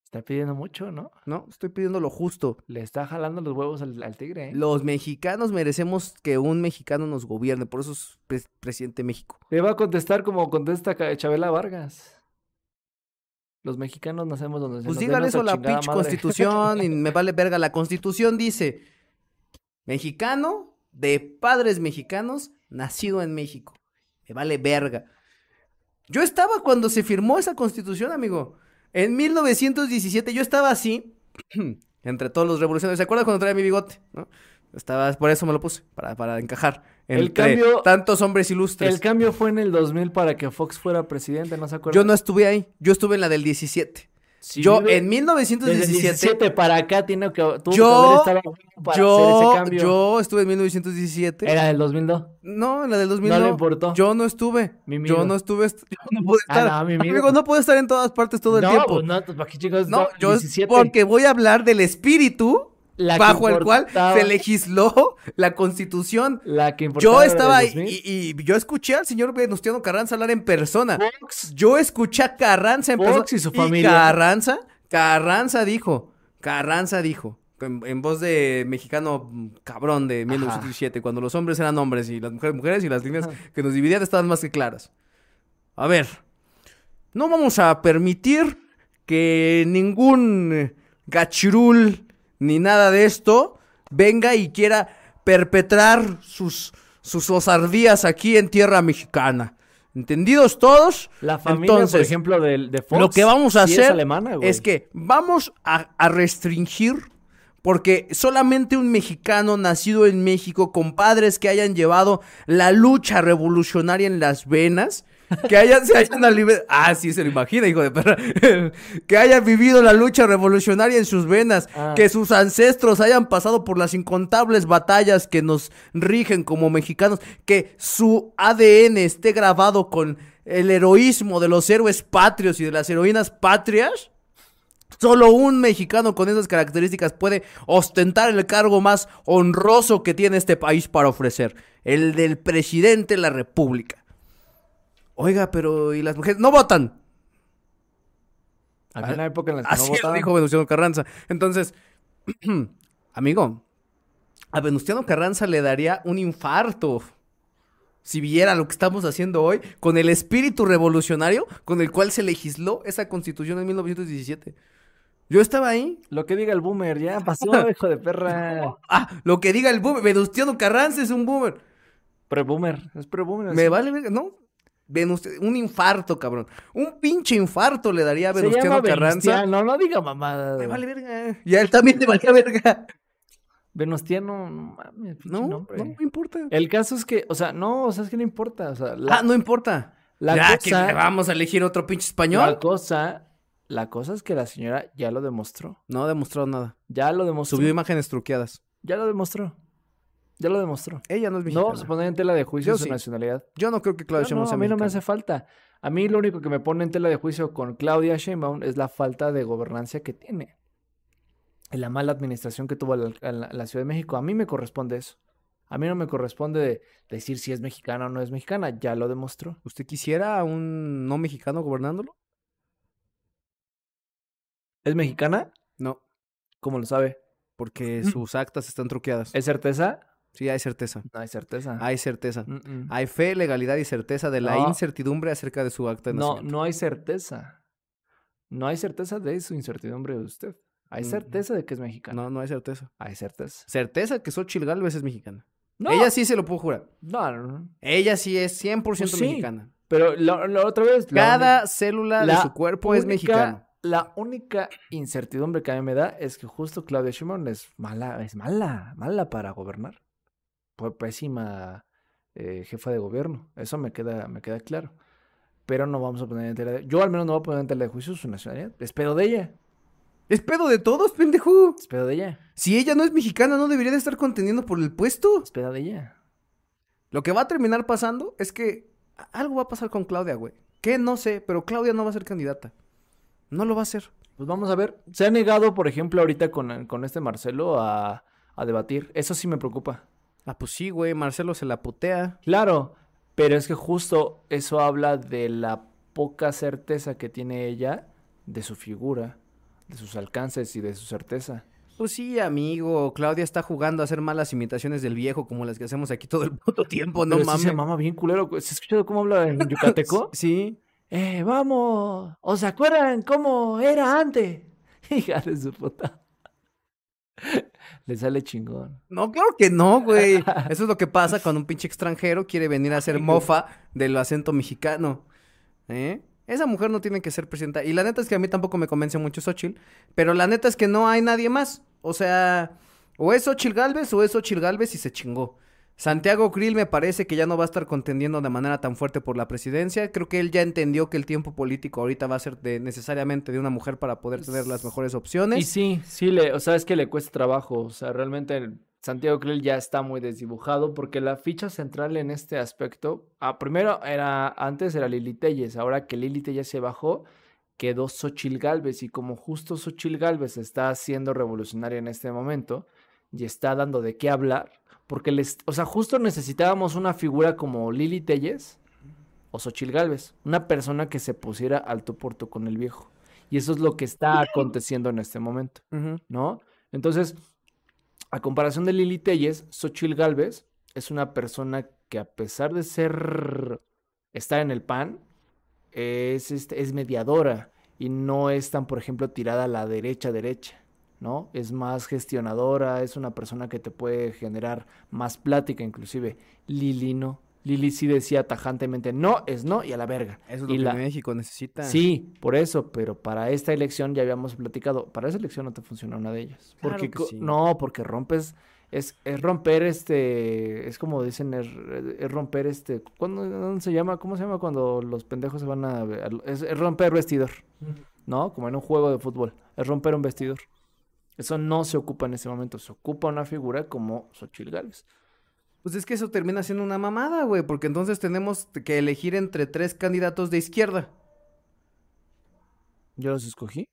Speaker 2: Está pidiendo mucho, ¿no?
Speaker 1: no, estoy pidiendo lo justo.
Speaker 2: Le está jalando los huevos al, al tigre. ¿eh?
Speaker 1: Los mexicanos merecemos que un mexicano nos gobierne, por eso es pres- presidente de México.
Speaker 2: Te va a contestar como contesta Ca- Chabela Vargas. Los mexicanos nacemos donde se
Speaker 1: Pues
Speaker 2: nos dé
Speaker 1: digan
Speaker 2: nuestra
Speaker 1: eso a la
Speaker 2: chingada
Speaker 1: pinche
Speaker 2: madre.
Speaker 1: constitución y me vale verga. La constitución dice, mexicano de padres mexicanos, nacido en México. Me vale verga. Yo estaba cuando se firmó esa constitución, amigo. En 1917 yo estaba así, entre todos los revolucionarios. ¿Se acuerdan cuando traía mi bigote? ¿No? Estaba, por eso me lo puse, para, para encajar.
Speaker 2: El
Speaker 1: entre
Speaker 2: cambio-
Speaker 1: tantos hombres ilustres.
Speaker 2: El cambio fue en el 2000 para que Fox fuera presidente, ¿no se acuerdan?
Speaker 1: Yo no estuve ahí, yo estuve en la del 17.
Speaker 2: Sí,
Speaker 1: yo
Speaker 2: de-
Speaker 1: en
Speaker 2: desde el
Speaker 1: 1917
Speaker 2: 17 para acá tiene que, tuvo que
Speaker 1: Yo-
Speaker 2: haber estado alguien para hacer ese
Speaker 1: yo
Speaker 2: cambio.
Speaker 1: yo estuve en 1917.
Speaker 2: Era del 2002.
Speaker 1: No, en la del 2000
Speaker 2: No le importó.
Speaker 1: Yo no estuve.
Speaker 2: Mimido.
Speaker 1: Yo no estuve, est- yo no pude
Speaker 2: Ah,
Speaker 1: estar.
Speaker 2: no, mimido.
Speaker 1: Amigo, no puedo estar en todas partes todo el
Speaker 2: no,
Speaker 1: tiempo.
Speaker 2: pues no, pues, ¿para qué chicos?
Speaker 1: No, yo es
Speaker 2: 17.
Speaker 1: porque voy a hablar del espíritu
Speaker 2: La que
Speaker 1: bajo el cual
Speaker 2: importaba.
Speaker 1: se legisló la Constitución.
Speaker 2: La que importaba
Speaker 1: Yo
Speaker 2: era del
Speaker 1: estaba ahí
Speaker 2: 2000.
Speaker 1: y, y yo escuché al señor Venustiano Carranza hablar en persona.
Speaker 2: Fox,
Speaker 1: Yo escuché a Carranza en
Speaker 2: Fox
Speaker 1: persona,
Speaker 2: y su familia.
Speaker 1: Carranza, Carranza dijo, Carranza dijo, en, en voz de mexicano mm, cabrón de 1917, cuando los hombres eran hombres y las mujeres mujeres y las líneas que nos dividían estaban más que claras. A ver, no vamos a permitir que ningún eh, gachirul ni nada de esto venga y quiera perpetrar sus, sus osardías aquí en tierra mexicana. ¿Entendidos todos?
Speaker 2: la familia, por
Speaker 1: Entonces,
Speaker 2: ejemplo, del- de, Fox.
Speaker 1: lo que vamos a
Speaker 2: sí
Speaker 1: hacer
Speaker 2: es, alemana, güey.
Speaker 1: es que vamos a, a restringir porque solamente un mexicano nacido en México con padres que hayan llevado la lucha revolucionaria en las venas, que hayan se hayan alive- ah sí se lo imagina hijo de perra, que hayan vivido la lucha revolucionaria en sus venas,
Speaker 2: Ah.
Speaker 1: que sus ancestros hayan pasado por las incontables batallas que nos rigen como mexicanos, que su ADN esté grabado con el heroísmo de los héroes patrios y de las heroínas patrias. Solo un mexicano con esas características puede ostentar el cargo más honroso que tiene este país para ofrecer, el del presidente de la República. Oiga, pero ¿y las mujeres no votan?
Speaker 2: Había una época en la que no
Speaker 1: Así lo
Speaker 2: votaban.
Speaker 1: Ah, dijo Venustiano Carranza. Entonces, amigo, a Venustiano Carranza le daría un infarto si viera lo que estamos haciendo hoy con el espíritu revolucionario con el cual se legisló esa constitución en 1917. Yo estaba ahí,
Speaker 2: Lo que diga el boomer, ya pasó, hijo de perra.
Speaker 1: Ah, lo que diga el boomer. Venustiano Carranza es un boomer.
Speaker 2: Pre-boomer, es pre-boomer.
Speaker 1: Me
Speaker 2: así.
Speaker 1: vale verga, ¿no? Venustiano, un infarto, cabrón. Un pinche infarto le daría a
Speaker 2: Se llama
Speaker 1: Venustiano Carranza.
Speaker 2: Venustiano, no diga mamada.
Speaker 1: Me
Speaker 2: güey.
Speaker 1: vale verga. Y a él también le valía verga.
Speaker 2: Venustiano, no mames, pinche
Speaker 1: No, no
Speaker 2: nombre.
Speaker 1: me importa.
Speaker 2: El caso es que, o sea, no, o sea, es que no importa. O sea, la,
Speaker 1: Ah, no importa.
Speaker 2: la
Speaker 1: ya
Speaker 2: cosa,
Speaker 1: que vamos a elegir otro pinche
Speaker 2: la
Speaker 1: español.
Speaker 2: cosa, la cosa es que la señora ya lo demostró.
Speaker 1: No demostró nada.
Speaker 2: Ya lo demostró.
Speaker 1: Subió imágenes truqueadas.
Speaker 2: Ya lo demostró. Ya lo demostró.
Speaker 1: Ella no es
Speaker 2: No
Speaker 1: mexicana.
Speaker 2: vamos a poner en tela de juicio
Speaker 1: Yo
Speaker 2: su
Speaker 1: sí.
Speaker 2: nacionalidad.
Speaker 1: Yo no creo que
Speaker 2: Yo
Speaker 1: Claudia Sheinbaum
Speaker 2: no,
Speaker 1: sea
Speaker 2: a mí no me hace
Speaker 1: mexicana.
Speaker 2: falta. A mí lo único que me pone en tela de juicio con Claudia Sheinbaum es la falta de gobernancia que tiene. Y la mala administración que tuvo la, la- la Ciudad de México. A mí me corresponde eso. A mí no me corresponde de- decir si es mexicana o no es mexicana. Ya lo demostró.
Speaker 1: ¿Usted quisiera a un no mexicano gobernándolo?
Speaker 2: ¿Es mexicana?
Speaker 1: No,
Speaker 2: ¿Cómo lo sabe?
Speaker 1: porque
Speaker 2: Mm.
Speaker 1: sus actas están truqueadas.
Speaker 2: ¿Es certeza?
Speaker 1: Sí, hay certeza.
Speaker 2: No hay certeza.
Speaker 1: Hay certeza.
Speaker 2: Mm, mm.
Speaker 1: Hay fe, legalidad y certeza de la
Speaker 2: No.
Speaker 1: incertidumbre acerca de su acta de
Speaker 2: No,
Speaker 1: nacimiento.
Speaker 2: no hay certeza. No hay certeza de su incertidumbre de usted. Hay
Speaker 1: Mm, mm.
Speaker 2: certeza de que es mexicana.
Speaker 1: No, no hay certeza.
Speaker 2: Hay certeza.
Speaker 1: Certeza que Xochitl Galvez es mexicana.
Speaker 2: No,
Speaker 1: Ella sí se lo puedo jurar.
Speaker 2: no, no, no.
Speaker 1: Ella sí es 100%
Speaker 2: Pues sí.
Speaker 1: mexicana.
Speaker 2: Pero la, la otra vez. la
Speaker 1: Cada pues
Speaker 2: uni-
Speaker 1: célula de
Speaker 2: la
Speaker 1: su cuerpo es
Speaker 2: única-
Speaker 1: mexicana.
Speaker 2: La única incertidumbre que a mí me da es que justo Claudia Sheinbaum es mala, es mala, mala para gobernar. Fue pésima eh, jefa de gobierno. Eso me queda, me queda claro. Pero no vamos a poner en tela de, Yo al menos no voy a poner en tela de juicio su nacionalidad. Espero de ella.
Speaker 1: Es pedo de todos, pendejo.
Speaker 2: Espero de ella.
Speaker 1: Si ella no es mexicana, no debería de estar contendiendo por el puesto.
Speaker 2: Espero de ella.
Speaker 1: Lo que va a terminar pasando es que a- algo va a pasar con Claudia, güey. Que no sé, pero Claudia no va a ser candidata. No lo va a ser.
Speaker 2: Pues vamos a ver. Se ha negado, por ejemplo, ahorita con, con este Marcelo a, a debatir. Eso sí me preocupa.
Speaker 1: Ah, pues sí, güey. Marcelo se la putea.
Speaker 2: Claro, pero es que justo eso habla de la poca certeza que tiene ella de su figura, de sus alcances y de su certeza.
Speaker 1: Pues sí, amigo. Claudia está jugando a hacer malas imitaciones del viejo como las que hacemos aquí todo el puto tiempo. No
Speaker 2: Pero sí
Speaker 1: mames.
Speaker 2: se mama bien culero. ¿Se ha escuchado cómo habla en yucateco?
Speaker 1: Sí.
Speaker 2: ¡Eh, vamos! ¿Os se acuerdan cómo era antes? Hija de su puta. Le sale chingón.
Speaker 1: No, claro que no, güey. Eso es lo que pasa cuando un pinche extranjero quiere venir a hacer mofa del acento mexicano. ¿Eh? Esa mujer no tiene que ser presidenta. Y la neta es que a mí tampoco me convence mucho Xochitl. Pero la neta es que no hay nadie más. O sea, o es Xochitl Galvez o es Xochitl Galvez y se chingó. Santiago Krill me parece que ya no va a estar contendiendo de manera tan fuerte por la presidencia. Creo que él ya entendió que el tiempo político ahorita va a ser de- necesariamente de una mujer para poder tener las mejores opciones.
Speaker 2: Y sí, sí, le, o sea, es que le cuesta trabajo. O sea, realmente el Santiago Krill ya está muy desdibujado porque la ficha central en este aspecto, ah, primero era, antes era Lili Telles, ahora que Lili Telles se bajó, quedó Xochil Gálvez y como justo Xochil Gálvez está haciendo revolucionaria en este momento y está dando de qué hablar, porque les, o sea, justo necesitábamos una figura como Lili Telles o Xochil Gálvez, una persona que se pusiera alto por tú con el viejo. Y eso es lo que está aconteciendo en este momento.
Speaker 1: Ujú.
Speaker 2: ¿no? Entonces, a comparación de Lili Telles, Xochil Gálvez es una persona que a pesar de ser estar en el PAN, es, este, es mediadora y no es tan, por ejemplo, tirada a la derecha derecha, ¿no? Es más gestionadora, es una persona que te puede generar más plática inclusive. Lili no. Lili sí decía tajantemente, no, es no y a la verga.
Speaker 1: Eso es lo que
Speaker 2: Y la-
Speaker 1: México necesita.
Speaker 2: Sí, por eso, pero para esta elección ya habíamos platicado, para esa elección no te funciona una de ellas.
Speaker 1: Claro
Speaker 2: Porque
Speaker 1: que
Speaker 2: co-
Speaker 1: sí.
Speaker 2: no, porque rompes, es, es romper este, es como dicen, es, es romper este, ¿cuándo, dónde se llama? ¿Cómo se llama cuando los pendejos se van a, ver? es, es romper vestidor, ¿no? Como en un juego de fútbol, es romper un vestidor. Eso no se ocupa en ese momento, se ocupa una figura como Xochitl Gálvez.
Speaker 1: Pues es que eso termina siendo una mamada, güey, porque entonces tenemos que elegir entre tres candidatos de izquierda.
Speaker 2: Yo los escogí,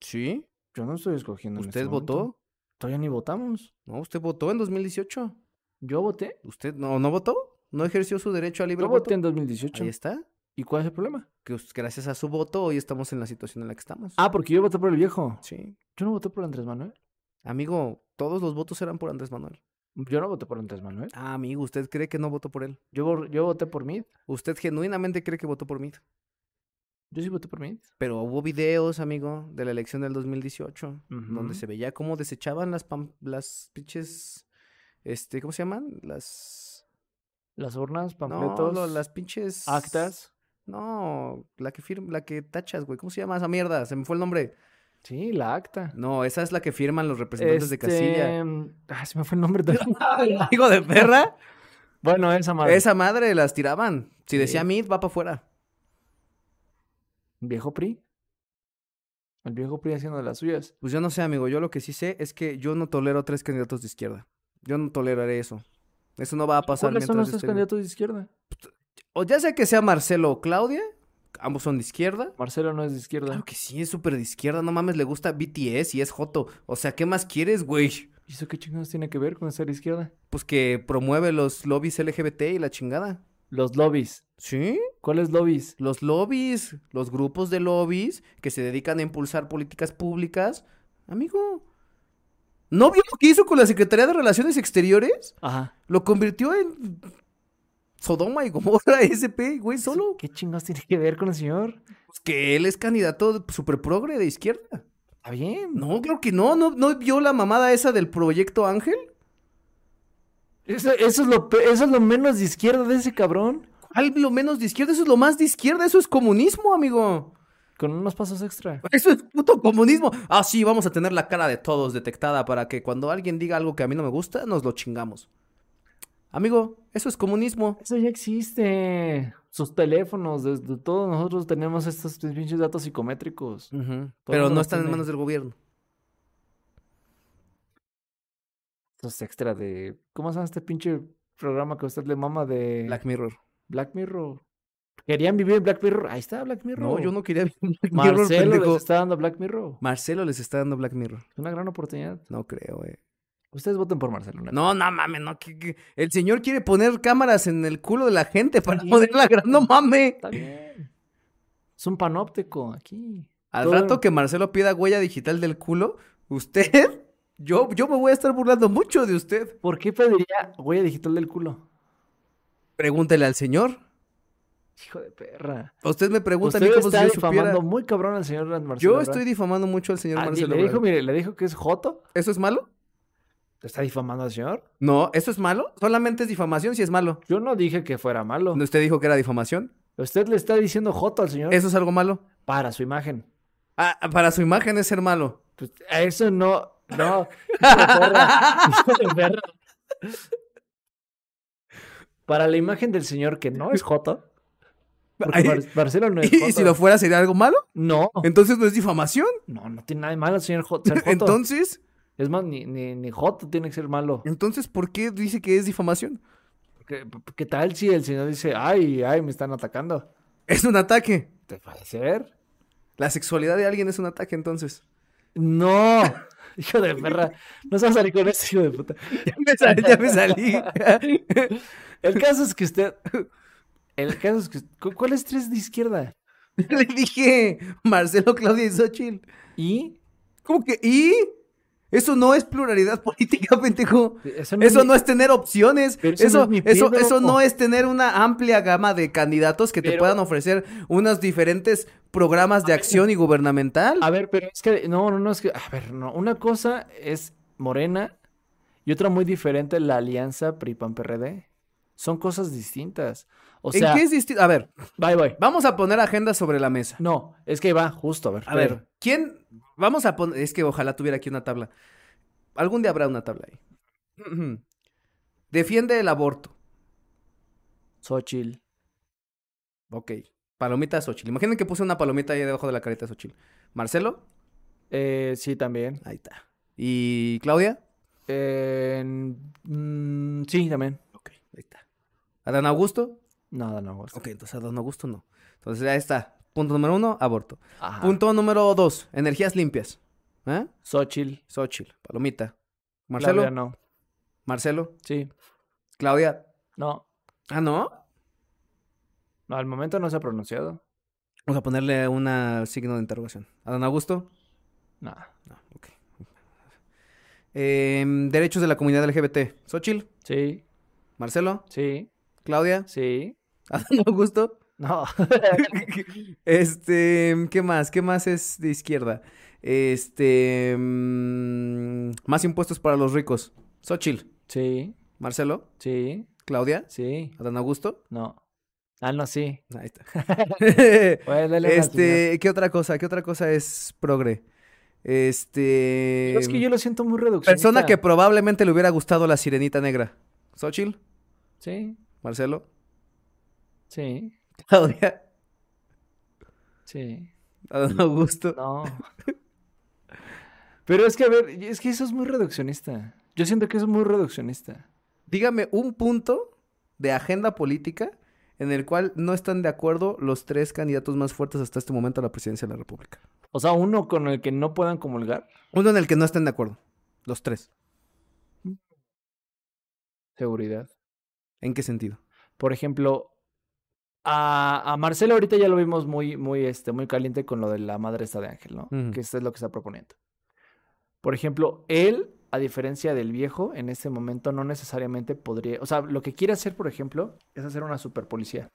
Speaker 1: ¿Sí?
Speaker 2: yo no estoy escogiendo. en
Speaker 1: ¿Usted
Speaker 2: este momento.
Speaker 1: votó?
Speaker 2: Todavía ni votamos.
Speaker 1: No, usted votó en 2018.
Speaker 2: Yo voté.
Speaker 1: ¿Usted no, no votó? ¿No ejerció su derecho a libre
Speaker 2: Yo
Speaker 1: voto?
Speaker 2: voté en 2018.
Speaker 1: Ahí está.
Speaker 2: ¿Y cuál es el problema?
Speaker 1: Que us- gracias a su voto hoy estamos en la situación en la que estamos.
Speaker 2: Ah, porque yo voté por el viejo.
Speaker 1: Sí.
Speaker 2: Yo no voté por Andrés Manuel.
Speaker 1: Amigo, todos los votos eran por Andrés Manuel.
Speaker 2: Yo no voté por Andrés Manuel.
Speaker 1: Ah, amigo, usted cree que no votó por él.
Speaker 2: Yo, vo- yo voté por Mid.
Speaker 1: Usted genuinamente cree que votó por mí.
Speaker 2: Yo sí voté por Mid.
Speaker 1: Pero hubo videos, amigo, de la elección del 2018,
Speaker 2: Ujú.
Speaker 1: donde se veía cómo desechaban las pam- las pinches, este, ¿cómo se llaman? Las
Speaker 2: Las urnas,
Speaker 1: No,
Speaker 2: panfletos,
Speaker 1: lo- las pinches.
Speaker 2: actas.
Speaker 1: No, la que firma, la que tachas, güey. ¿Cómo se llama esa mierda? Se me fue el nombre.
Speaker 2: Sí, la acta.
Speaker 1: No, esa es la que firman los representantes de casilla.
Speaker 2: Este, ah, se me fue el nombre también.
Speaker 1: Hijo de perra.
Speaker 2: bueno, esa madre.
Speaker 1: Esa madre las tiraban. Si
Speaker 2: Sí.
Speaker 1: decía Mid, va para afuera.
Speaker 2: ¿Viejo PRI? El viejo PRI haciendo de las suyas.
Speaker 1: Pues yo no sé, amigo. Yo lo que sí sé es que yo no tolero tres candidatos de izquierda. Yo no toleraré eso. Eso no va a pasar
Speaker 2: ¿Cuáles son
Speaker 1: mientras yo
Speaker 2: los tres
Speaker 1: esté vivo.
Speaker 2: candidatos de izquierda?
Speaker 1: O ya sea que sea Marcelo o Claudia, ambos son de izquierda.
Speaker 2: Marcelo no es de izquierda.
Speaker 1: Claro que sí, es súper de izquierda, no mames, le gusta BTS y es Joto. O sea, ¿qué más quieres, güey?
Speaker 2: ¿Y eso qué chingados tiene que ver con ser izquierda?
Speaker 1: Pues que promueve los lobbies LGBT y la chingada.
Speaker 2: Los lobbies.
Speaker 1: ¿Sí?
Speaker 2: ¿Cuáles lobbies?
Speaker 1: Los lobbies, los grupos de lobbies que se dedican a impulsar políticas públicas. Amigo, ¿no vio lo que hizo con la Secretaría de Relaciones Exteriores?
Speaker 2: Ajá.
Speaker 1: Lo convirtió en Sodoma y Gomorra, SP, güey, solo.
Speaker 2: ¿Qué chingados tiene que ver con el señor?
Speaker 1: Pues que él es candidato super progre de izquierda.
Speaker 2: Está bien.
Speaker 1: No, creo que no, no, no vio la mamada esa del proyecto Ángel.
Speaker 2: Eso, eso es lo, pe- eso es lo menos de izquierda de ese cabrón.
Speaker 1: Al lo menos de izquierda, eso es lo más de izquierda, eso es comunismo, amigo.
Speaker 2: Con unos pasos extra.
Speaker 1: Eso es puto comunismo. Ah, sí, vamos a tener la cara de todos detectada para que cuando alguien diga algo que a mí no me gusta, nos lo chingamos. Amigo, eso es comunismo.
Speaker 2: Eso ya existe. Sus teléfonos, desde todos nosotros tenemos estos pinches datos psicométricos.
Speaker 1: Pero
Speaker 2: Todo
Speaker 1: no
Speaker 2: lo
Speaker 1: están en
Speaker 2: tiene.
Speaker 1: manos del gobierno.
Speaker 2: Estos extra de. ¿Cómo se llama este pinche programa que a usted le mama de
Speaker 1: Black Mirror.
Speaker 2: Black Mirror? ¿Querían vivir en Black Mirror? Ahí está Black Mirror.
Speaker 1: No, yo no quería ver Black Mirror,
Speaker 2: Marcelo
Speaker 1: pendejo.
Speaker 2: les está dando Black Mirror.
Speaker 1: Marcelo les está dando Black Mirror.
Speaker 2: Es una gran oportunidad.
Speaker 1: No creo, eh.
Speaker 2: Ustedes voten por Marcelo. neta.
Speaker 1: No, no mames, no. que- que- El señor quiere poner cámaras en el culo de la gente para poder la gran. No mames.
Speaker 2: Está bien. Es un panóptico aquí.
Speaker 1: Al
Speaker 2: Todo-
Speaker 1: rato que Marcelo pida huella digital del culo, usted, yo, yo me voy a estar burlando mucho de usted.
Speaker 2: ¿Por qué pediría huella digital del culo?
Speaker 1: Pregúntele al señor.
Speaker 2: Hijo de perra.
Speaker 1: Usted me pregunta, a
Speaker 2: Usted
Speaker 1: mí como
Speaker 2: está
Speaker 1: si yo supiera.
Speaker 2: difamando muy cabrón al señor Marcelo.
Speaker 1: Yo
Speaker 2: Ebrard.
Speaker 1: estoy difamando mucho al señor
Speaker 2: Ah,
Speaker 1: Marcelo.
Speaker 2: Le dijo,
Speaker 1: Ebrard.
Speaker 2: mire, le dijo que es Joto.
Speaker 1: ¿Eso es malo?
Speaker 2: ¿Está difamando al señor?
Speaker 1: No, ¿eso es malo? Solamente es difamación si es malo.
Speaker 2: Yo no dije que fuera malo.
Speaker 1: Usted dijo que era difamación.
Speaker 2: Usted le está diciendo Joto al señor
Speaker 1: ¿Eso es algo malo?
Speaker 2: para su imagen.
Speaker 1: Ah, para su imagen es ser malo.
Speaker 2: Pues, a eso no, no. hijo de perra, hijo de perra. Para la imagen del señor que no es Joto. Porque
Speaker 1: Ay,
Speaker 2: Mar- Marcelo no es
Speaker 1: ¿Y,
Speaker 2: Joto.
Speaker 1: y si lo fuera sería algo malo?
Speaker 2: No,
Speaker 1: Entonces no es difamación.
Speaker 2: no, no tiene nada de malo el señor Joto. ser Joto.
Speaker 1: Entonces,
Speaker 2: Es más, ni, ni, ni Joto tiene que ser malo.
Speaker 1: entonces, ¿por qué dice que es difamación?
Speaker 2: ¿Qué, qué tal si el señor dice, ay, ay, me están atacando?
Speaker 1: Es un ataque.
Speaker 2: ¿Te puede ser?
Speaker 1: La sexualidad de alguien es un ataque, entonces.
Speaker 2: No, hijo de perra. No se va a salir con eso, hijo de puta.
Speaker 1: Ya me salí. Ya me salí.
Speaker 2: El caso es que usted. El caso es que. ¿cu- ¿Cuál es tres de izquierda?
Speaker 1: Le dije Marcelo, Claudia y Xochitl.
Speaker 2: Y.
Speaker 1: ¿Cómo que? ¿Y? Eso no es pluralidad política, pendejo.
Speaker 2: Eso no,
Speaker 1: Eso
Speaker 2: es,
Speaker 1: no es tener opciones.
Speaker 2: Pero
Speaker 1: eso,
Speaker 2: eso no
Speaker 1: eso,
Speaker 2: es mi
Speaker 1: eso,
Speaker 2: pedo.
Speaker 1: no es tener una amplia gama de candidatos que te
Speaker 2: Pero-
Speaker 1: puedan ofrecer unos diferentes programas de acción y gubernamental.
Speaker 2: A ver, pero es que. No, no, no, es que. A ver, no. Una cosa es Morena y otra muy diferente, la alianza PRI-PAN-PRD. Son cosas distintas. O sea.
Speaker 1: ¿En qué es distinto? A ver,
Speaker 2: Bye, bye.
Speaker 1: vamos a poner agendas sobre la mesa.
Speaker 2: No, es que ahí va, justo, a ver.
Speaker 1: A ver, ¿quién? Vamos a poner. Es que ojalá tuviera aquí una tabla. Algún día habrá una tabla ahí. Defiende el aborto.
Speaker 2: Xochitl.
Speaker 1: Ok. Palomita Xochitl. Imaginen que puse una palomita ahí debajo de la carita de Xochitl. Marcelo,
Speaker 2: Eh, sí, también.
Speaker 1: ahí está. ¿Y Claudia?
Speaker 2: Eh, mm, sí, también.
Speaker 1: Ok, ahí está. ¿Adán Augusto?
Speaker 2: Nada, no. gusta.
Speaker 1: Ok, entonces Adán Augusto no. Entonces ahí está. Punto número uno, aborto.
Speaker 2: Ajá.
Speaker 1: Punto número dos, energías limpias. ¿Eh?
Speaker 2: Xochitl.
Speaker 1: Xochitl, palomita.
Speaker 2: Marcelo.
Speaker 1: Marcelo,
Speaker 2: no.
Speaker 1: Marcelo,
Speaker 2: Sí.
Speaker 1: Claudia.
Speaker 2: No.
Speaker 1: Ah, ¿no?
Speaker 2: No, al momento no se ha pronunciado.
Speaker 1: Vamos a ponerle un signo de interrogación. Adán Augusto.
Speaker 2: Nada.
Speaker 1: No, ok. Em, derechos de la comunidad LGBT. Xochitl,
Speaker 2: Sí,
Speaker 1: Marcelo,
Speaker 2: sí,
Speaker 1: Claudia,
Speaker 2: sí.
Speaker 1: Adán Augusto.
Speaker 2: No.
Speaker 1: Este, ¿qué más? ¿Qué más es de izquierda? Este, mm, más impuestos para los ricos. Xochitl,
Speaker 2: sí,
Speaker 1: Marcelo,
Speaker 2: sí,
Speaker 1: Claudia,
Speaker 2: Sí,
Speaker 1: Adán Augusto.
Speaker 2: no. Ah, no, sí.
Speaker 1: Ahí está.
Speaker 2: Bueno, dale una oportunidad.
Speaker 1: este, ¿qué otra cosa? ¿Qué otra cosa es progre? Este.
Speaker 2: Es que yo lo siento muy reduccionista.
Speaker 1: Persona que probablemente le hubiera gustado la sirenita negra. Xochil,
Speaker 2: Sí,
Speaker 1: Marcelo,
Speaker 2: sí,
Speaker 1: Claudia,
Speaker 2: sí.
Speaker 1: Adán Augusto.
Speaker 2: No. Pero es que, a ver, es que eso es muy reduccionista. Yo siento que eso es muy reduccionista.
Speaker 1: Dígame un punto de agenda política en el cual no están de acuerdo los tres candidatos más fuertes hasta este momento a la presidencia de la República.
Speaker 2: O sea, uno con el que no puedan comulgar,
Speaker 1: Uno en el que no están de acuerdo. Los tres.
Speaker 2: seguridad.
Speaker 1: ¿En qué sentido?
Speaker 2: Por ejemplo, a, a Marcelo ahorita ya lo vimos muy, muy, este, muy caliente con lo de la madre esta de Ángel, ¿no?
Speaker 1: Ujú.
Speaker 2: Que esto es lo que está proponiendo. Por ejemplo, él, a diferencia del viejo, en este momento no necesariamente podría. O sea, lo que quiere hacer, por ejemplo, es hacer una superpolicía.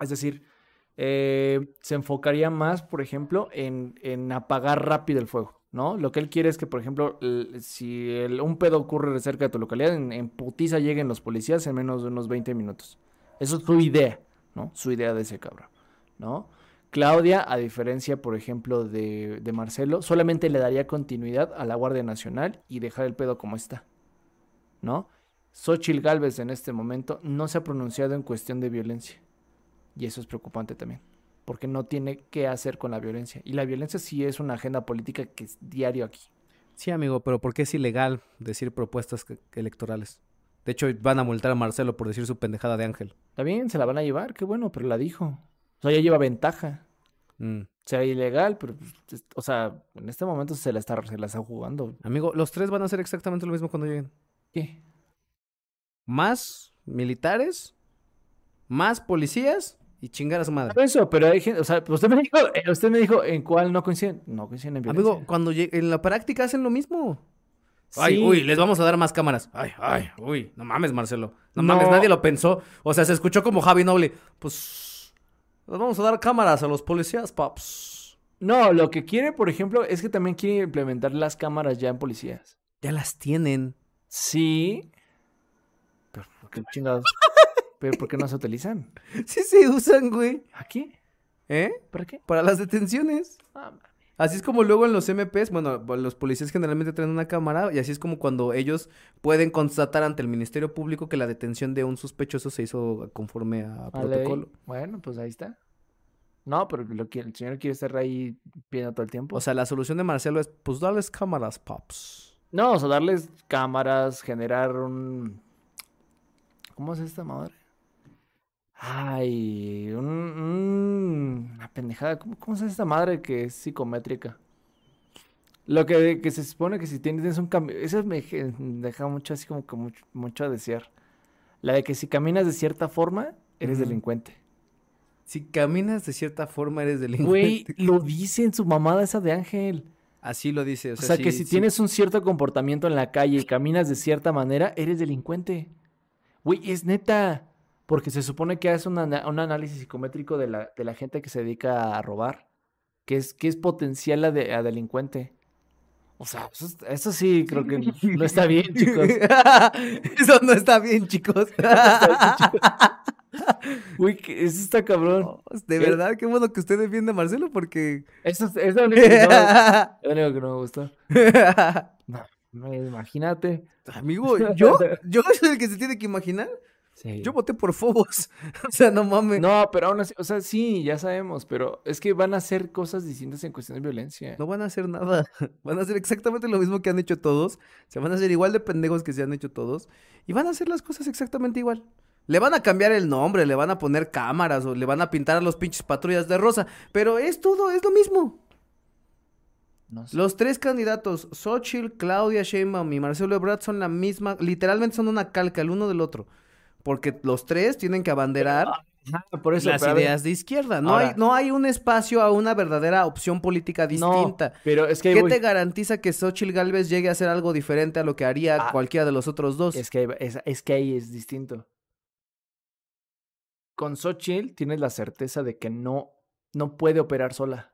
Speaker 2: Es decir, eh, se enfocaría más, por ejemplo, en, en apagar rápido el fuego, ¿no? Lo que él quiere es que, por ejemplo, el- si el- un pedo ocurre cerca de tu localidad, en, en putiza lleguen los policías en menos de unos 20 minutos. Eso es su idea, ¿no? Su idea de ese cabrón, ¿no? Claudia, a diferencia, por ejemplo, de, de Marcelo, solamente le daría continuidad a la Guardia Nacional y dejar el pedo como está, ¿no? Xochitl Gálvez en este momento no se ha pronunciado en cuestión de violencia. Y eso es preocupante también, porque no tiene qué hacer con la violencia. Y la violencia sí es una agenda política que es diario aquí.
Speaker 1: Sí, amigo, pero ¿por qué es ilegal decir propuestas que- electorales? De hecho, van a multar a Marcelo por decir su pendejada de Ángel.
Speaker 2: También se la van a llevar, qué bueno, pero la dijo. O sea, ya lleva ventaja.
Speaker 1: Mm.
Speaker 2: Sea ilegal, pero, pues, o sea, en este momento se la está, se la está jugando.
Speaker 1: Amigo, los tres van a hacer exactamente lo mismo cuando lleguen.
Speaker 2: ¿Qué?
Speaker 1: Más militares, más policías y chingar a su madre.
Speaker 2: Por eso, pero hay gente, o sea, usted me dijo, eh, usted me dijo en cuál no coinciden. No coinciden en violencia.
Speaker 1: Amigo, cuando lleg- en la práctica hacen lo mismo.
Speaker 2: Sí,
Speaker 1: Ay, uy, les vamos a dar más cámaras. Ay, ay, uy, no mames, Marcelo. No, mames,
Speaker 2: No.
Speaker 1: nadie lo pensó. O sea, se escuchó como Javi Noble. Pues, les vamos a dar cámaras a los policías, paps.
Speaker 2: No, lo que quiere, por ejemplo, es que también quiere implementar las cámaras ya en policías.
Speaker 1: Ya las tienen.
Speaker 2: Sí. Pero, ¿por qué chingados? ¿Pero por qué no se utilizan?
Speaker 1: Sí se usan, güey.
Speaker 2: ¿Aquí?
Speaker 1: ¿Eh?
Speaker 2: ¿Para qué?
Speaker 1: Para las detenciones.
Speaker 2: Ah, ma-
Speaker 1: Así es como luego en los MPs, bueno, los policías generalmente traen una cámara y así es como cuando ellos pueden constatar ante el Ministerio Público que la detención de un sospechoso se hizo conforme a
Speaker 2: a ley.
Speaker 1: protocolo.
Speaker 2: Bueno, pues ahí está. No, pero lo que el señor quiere estar ahí viendo todo el tiempo.
Speaker 1: O sea, la solución de Marcelo es, pues, darles cámaras, paps.
Speaker 2: no, o sea, darles cámaras, generar un. ¿Cómo es esta madre? Ay, un, un- una pendejada. ¿Cómo, cómo es esta madre que es psicométrica? Lo que, que se supone que si tienes un cambio. Eso me je- deja mucho así como que mucho, mucho a desear. La de que si caminas de cierta forma, eres
Speaker 1: Ujú.
Speaker 2: delincuente.
Speaker 1: Si caminas de cierta forma eres
Speaker 2: Güey,
Speaker 1: delincuente.
Speaker 2: lo dice en su mamada esa de Ángel.
Speaker 1: Así lo dice. O
Speaker 2: O
Speaker 1: sea,
Speaker 2: sea, que
Speaker 1: sí-
Speaker 2: si
Speaker 1: sí-
Speaker 2: tienes un cierto comportamiento en la calle y caminas de cierta manera, eres delincuente. Güey, es neta. Porque se supone que hace un, ana- un análisis psicométrico de la, de la gente que se dedica a robar. Que es, que es potencial a, de- a delincuente. O sea, eso, es- eso sí creo que no está bien, chicos.
Speaker 1: Eso no está bien, chicos.
Speaker 2: Güey, que- eso está cabrón.
Speaker 1: de verdad, qué bueno que usted defiende a Marcelo porque...
Speaker 2: Eso es, es lo único que no, lo único que no me gustó. No, no, imagínate.
Speaker 1: Amigo, ¿yo? ¿Yo soy el que se tiene que imaginar?
Speaker 2: Sí.
Speaker 1: Yo voté por Fobos. O sea, no mames. No.
Speaker 2: No, pero aún así, o sea, sí, ya sabemos, pero es que van a hacer cosas distintas en cuestión de violencia.
Speaker 1: van a hacer nada. Van a hacer exactamente lo mismo que han hecho todos. Se van a hacer igual de pendejos que se han hecho todos. Y van a hacer las cosas exactamente igual. Le van a cambiar el nombre, le van a poner cámaras o le van a pintar a los pinches patrullas de rosa. Pero es todo, es lo mismo.
Speaker 2: No sé.
Speaker 1: Los tres candidatos, Xochitl, Claudia Sheinbaum y Marcelo Ebrard son la misma, literalmente son una calca el uno del otro. Porque los tres tienen que abanderar
Speaker 2: Ajá, por eso,
Speaker 1: las
Speaker 2: ah, pero a ver,
Speaker 1: ideas de izquierda. No,
Speaker 2: Ahora-
Speaker 1: hay, no hay un espacio a una verdadera opción política
Speaker 2: no,
Speaker 1: distinta.
Speaker 2: pero es que ahí
Speaker 1: ¿Qué
Speaker 2: voy.
Speaker 1: te garantiza que Xochitl Galvez llegue a hacer algo diferente a lo que haría
Speaker 2: Ah.
Speaker 1: cualquiera de los otros dos?
Speaker 2: Es que, ahí va- es, es que ahí es distinto. Con Xochitl tienes la certeza de que no, no puede operar sola.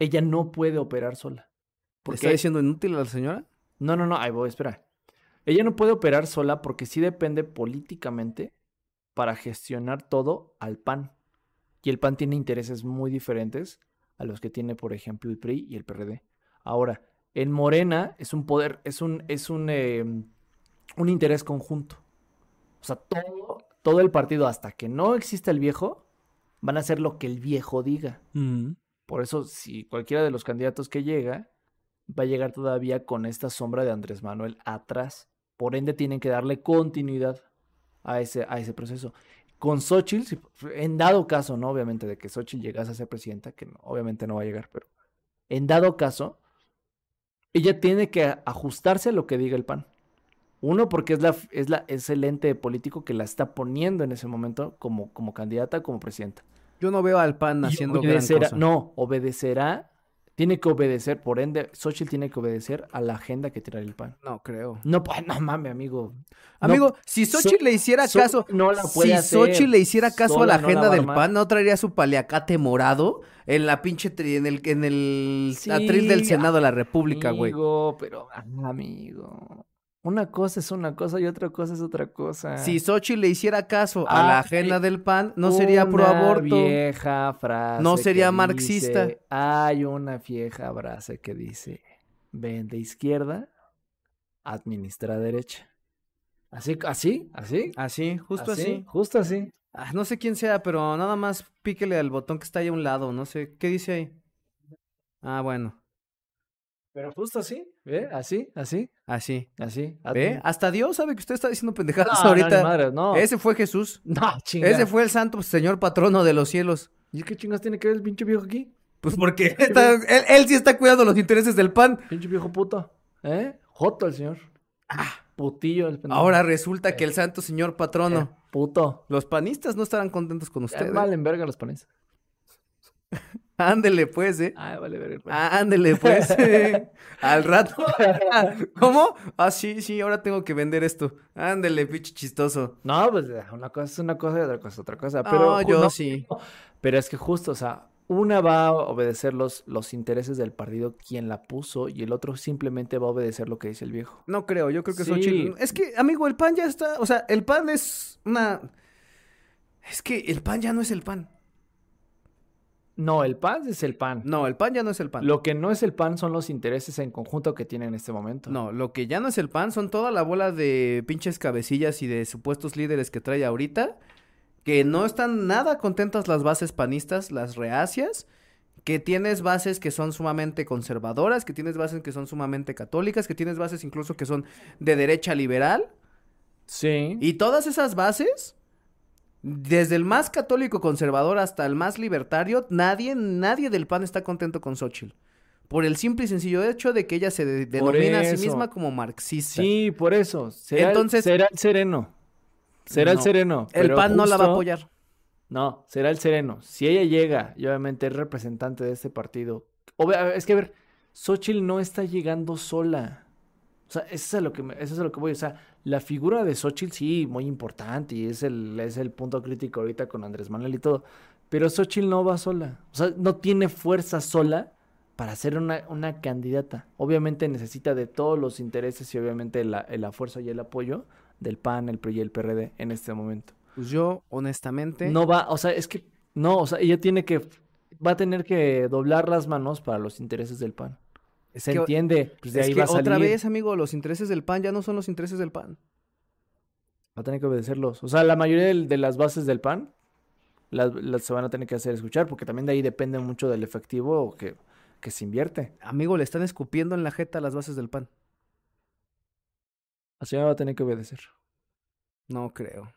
Speaker 2: Ella no puede operar sola.
Speaker 1: ¿Le
Speaker 2: Porque
Speaker 1: ¿Está diciendo inútil a la señora?
Speaker 2: No, no, no, ahí voy, espera. Ella no puede operar sola porque sí depende políticamente para gestionar todo al PAN. Y el PAN tiene intereses muy diferentes a los que tiene, por ejemplo, el PRI y el PRD. Ahora, en Morena es un poder, es un, es un, eh, un interés conjunto. O sea, todo, todo el partido, hasta que no exista el viejo, van a hacer lo que el viejo diga. Por eso, si cualquiera de los candidatos que llega, va a llegar todavía con esta sombra de Andrés Manuel atrás. Por ende, tienen que darle continuidad a ese, a ese proceso. Con Xochitl, si- en dado caso, ¿no? Obviamente, de que Xochitl llegase a ser presidenta, que no- obviamente no va a llegar, pero en dado caso, ella tiene que a- ajustarse a lo que diga el PAN. Uno, porque es, la, f- es, la, es el ente político que la está poniendo en ese momento como, como candidata, como presidenta.
Speaker 1: Yo no veo al PAN
Speaker 2: Y
Speaker 1: haciendo gran
Speaker 2: obedecerá-
Speaker 1: cosa.
Speaker 2: No, obedecerá, tiene que obedecer, por ende, Xochitl tiene que obedecer a la agenda que trae el PAN.
Speaker 1: No creo.
Speaker 2: No, pues, no mames, amigo. No,
Speaker 1: Amigo, si
Speaker 2: So-
Speaker 1: Sochi le hiciera
Speaker 2: So-
Speaker 1: caso,
Speaker 2: no la puede
Speaker 1: si
Speaker 2: hacer.
Speaker 1: Sochi le hiciera caso a la
Speaker 2: Sola no la
Speaker 1: agenda
Speaker 2: va a
Speaker 1: del
Speaker 2: armar.
Speaker 1: PAN, ¿no traería su paliacate morado en la pinche tri- en el en el
Speaker 2: Sí,
Speaker 1: atril del Senado de la República, güey?
Speaker 2: Amigo, pero ah, amigo. Una cosa es una cosa y otra cosa es otra cosa.
Speaker 1: Si Sochi le hiciera caso a la
Speaker 2: Ah,
Speaker 1: agenda
Speaker 2: eh,
Speaker 1: del PAN, no sería pro
Speaker 2: Una
Speaker 1: aborto.
Speaker 2: vieja frase.
Speaker 1: No
Speaker 2: que
Speaker 1: sería marxista.
Speaker 2: dice- hay una vieja frase que dice: ven de izquierda, administra derecha. Así, así, así.
Speaker 1: Así, justo así.
Speaker 2: Justo así.
Speaker 1: Ah, no sé quién sea, pero nada más píquele al botón que está ahí a un lado, no sé. ¿Qué dice ahí? Ah, bueno,
Speaker 2: Pero justo así. ¿Ve? Así, así,
Speaker 1: así.
Speaker 2: así.
Speaker 1: ¿Ve? Hasta Dios sabe que usted está diciendo pendejadas
Speaker 2: Ah, No, no, ni
Speaker 1: ahorita.
Speaker 2: madres, no.
Speaker 1: Ese fue Jesús.
Speaker 2: No, chinga.
Speaker 1: Ese fue el santo señor patrono de los cielos.
Speaker 2: ¿Y qué chingas tiene que ver el pinche viejo aquí?
Speaker 1: Pues porque está- él, él sí está cuidando los intereses del pan.
Speaker 2: Pinche viejo puto. ¿Eh? Joto el señor. Putillo el pendejo.
Speaker 1: Ah. Ahora resulta que el santo señor
Speaker 2: Eh,
Speaker 1: patrono.
Speaker 2: Puto.
Speaker 1: Los panistas no estarán contentos con
Speaker 2: Eh,
Speaker 1: usted. ¿eh?
Speaker 2: valen verga los panes.
Speaker 1: Ándele pues, eh.
Speaker 2: Ay, Ah, vale verga. el pan.
Speaker 1: Ándele pues. eh. Al rato. ¿Cómo? Ah, sí, sí, ahora tengo que vender esto. Ándele, pinche chistoso.
Speaker 2: No, pues eh, una cosa es una cosa y otra cosa es otra cosa. Ah, Pero,
Speaker 1: No,
Speaker 2: ju-
Speaker 1: yo
Speaker 2: no,
Speaker 1: sí.
Speaker 2: pero es que justo, o sea, una va a obedecer los, los intereses del partido quien la puso y el otro simplemente va a obedecer lo que dice el viejo.
Speaker 1: No creo, yo creo que
Speaker 2: Sí.
Speaker 1: Xochitl- Es que, amigo, el pan ya está. O sea, el pan es una. Es que el pan ya no es el pan.
Speaker 2: No, el pan es el pan.
Speaker 1: No, el pan ya no es el pan.
Speaker 2: Lo que no es el pan son los intereses en conjunto que tiene en este momento.
Speaker 1: No, lo que ya no es el pan son toda la bola de pinches cabecillas y de supuestos líderes que trae ahorita, que no están nada contentas las bases panistas, las reacias, que tienes bases que son sumamente conservadoras, que tienes bases que son sumamente católicas, que tienes bases incluso que son de derecha liberal,
Speaker 2: Sí.
Speaker 1: y todas esas bases, desde el más católico conservador hasta el más libertario, nadie, nadie del PAN está contento con Xochitl. Por el simple y sencillo hecho de que ella se de-
Speaker 2: Por
Speaker 1: denomina a sí
Speaker 2: eso.
Speaker 1: misma como marxista.
Speaker 2: Sí, por eso. Será,
Speaker 1: Entonces-
Speaker 2: Entonces, será el sereno. Será
Speaker 1: No.
Speaker 2: el sereno.
Speaker 1: el
Speaker 2: pero
Speaker 1: PAN no la va a
Speaker 2: justo-
Speaker 1: apoyar.
Speaker 2: No, será el sereno. Si ella llega y obviamente es representante de este partido. Obvia- a ver, es que a ver, Xochitl no está llegando sola. O sea, eso es a lo que, me- eso es a lo que voy. O sea, la figura de Xochitl sí, muy importante y es el, es el punto crítico ahorita con Andrés Manuel y todo. Pero Xochitl no va sola. O sea, no tiene fuerza sola para ser una, una candidata. Obviamente necesita de todos los intereses y obviamente la, la fuerza y el apoyo del PAN, el PRI y el PRD en este momento.
Speaker 1: Pues yo, honestamente,
Speaker 2: No va, o sea, es que no, o sea, ella tiene que va a tener que doblar las manos para los intereses del PAN.
Speaker 1: es
Speaker 2: Se
Speaker 1: que,
Speaker 2: entiende, pues de
Speaker 1: es
Speaker 2: ahí
Speaker 1: que
Speaker 2: va a
Speaker 1: otra
Speaker 2: salir,
Speaker 1: vez, amigo, los intereses del PAN ya no son los intereses del PAN.
Speaker 2: va a tener que obedecerlos. O sea, la mayoría del- de, las bases del PAN las, las se van a tener que hacer escuchar porque también de ahí depende mucho del efectivo que, que se invierte.
Speaker 1: Amigo, le están escupiendo en la jeta a las bases del PAN.
Speaker 2: La señora va a tener que obedecer.
Speaker 1: No creo.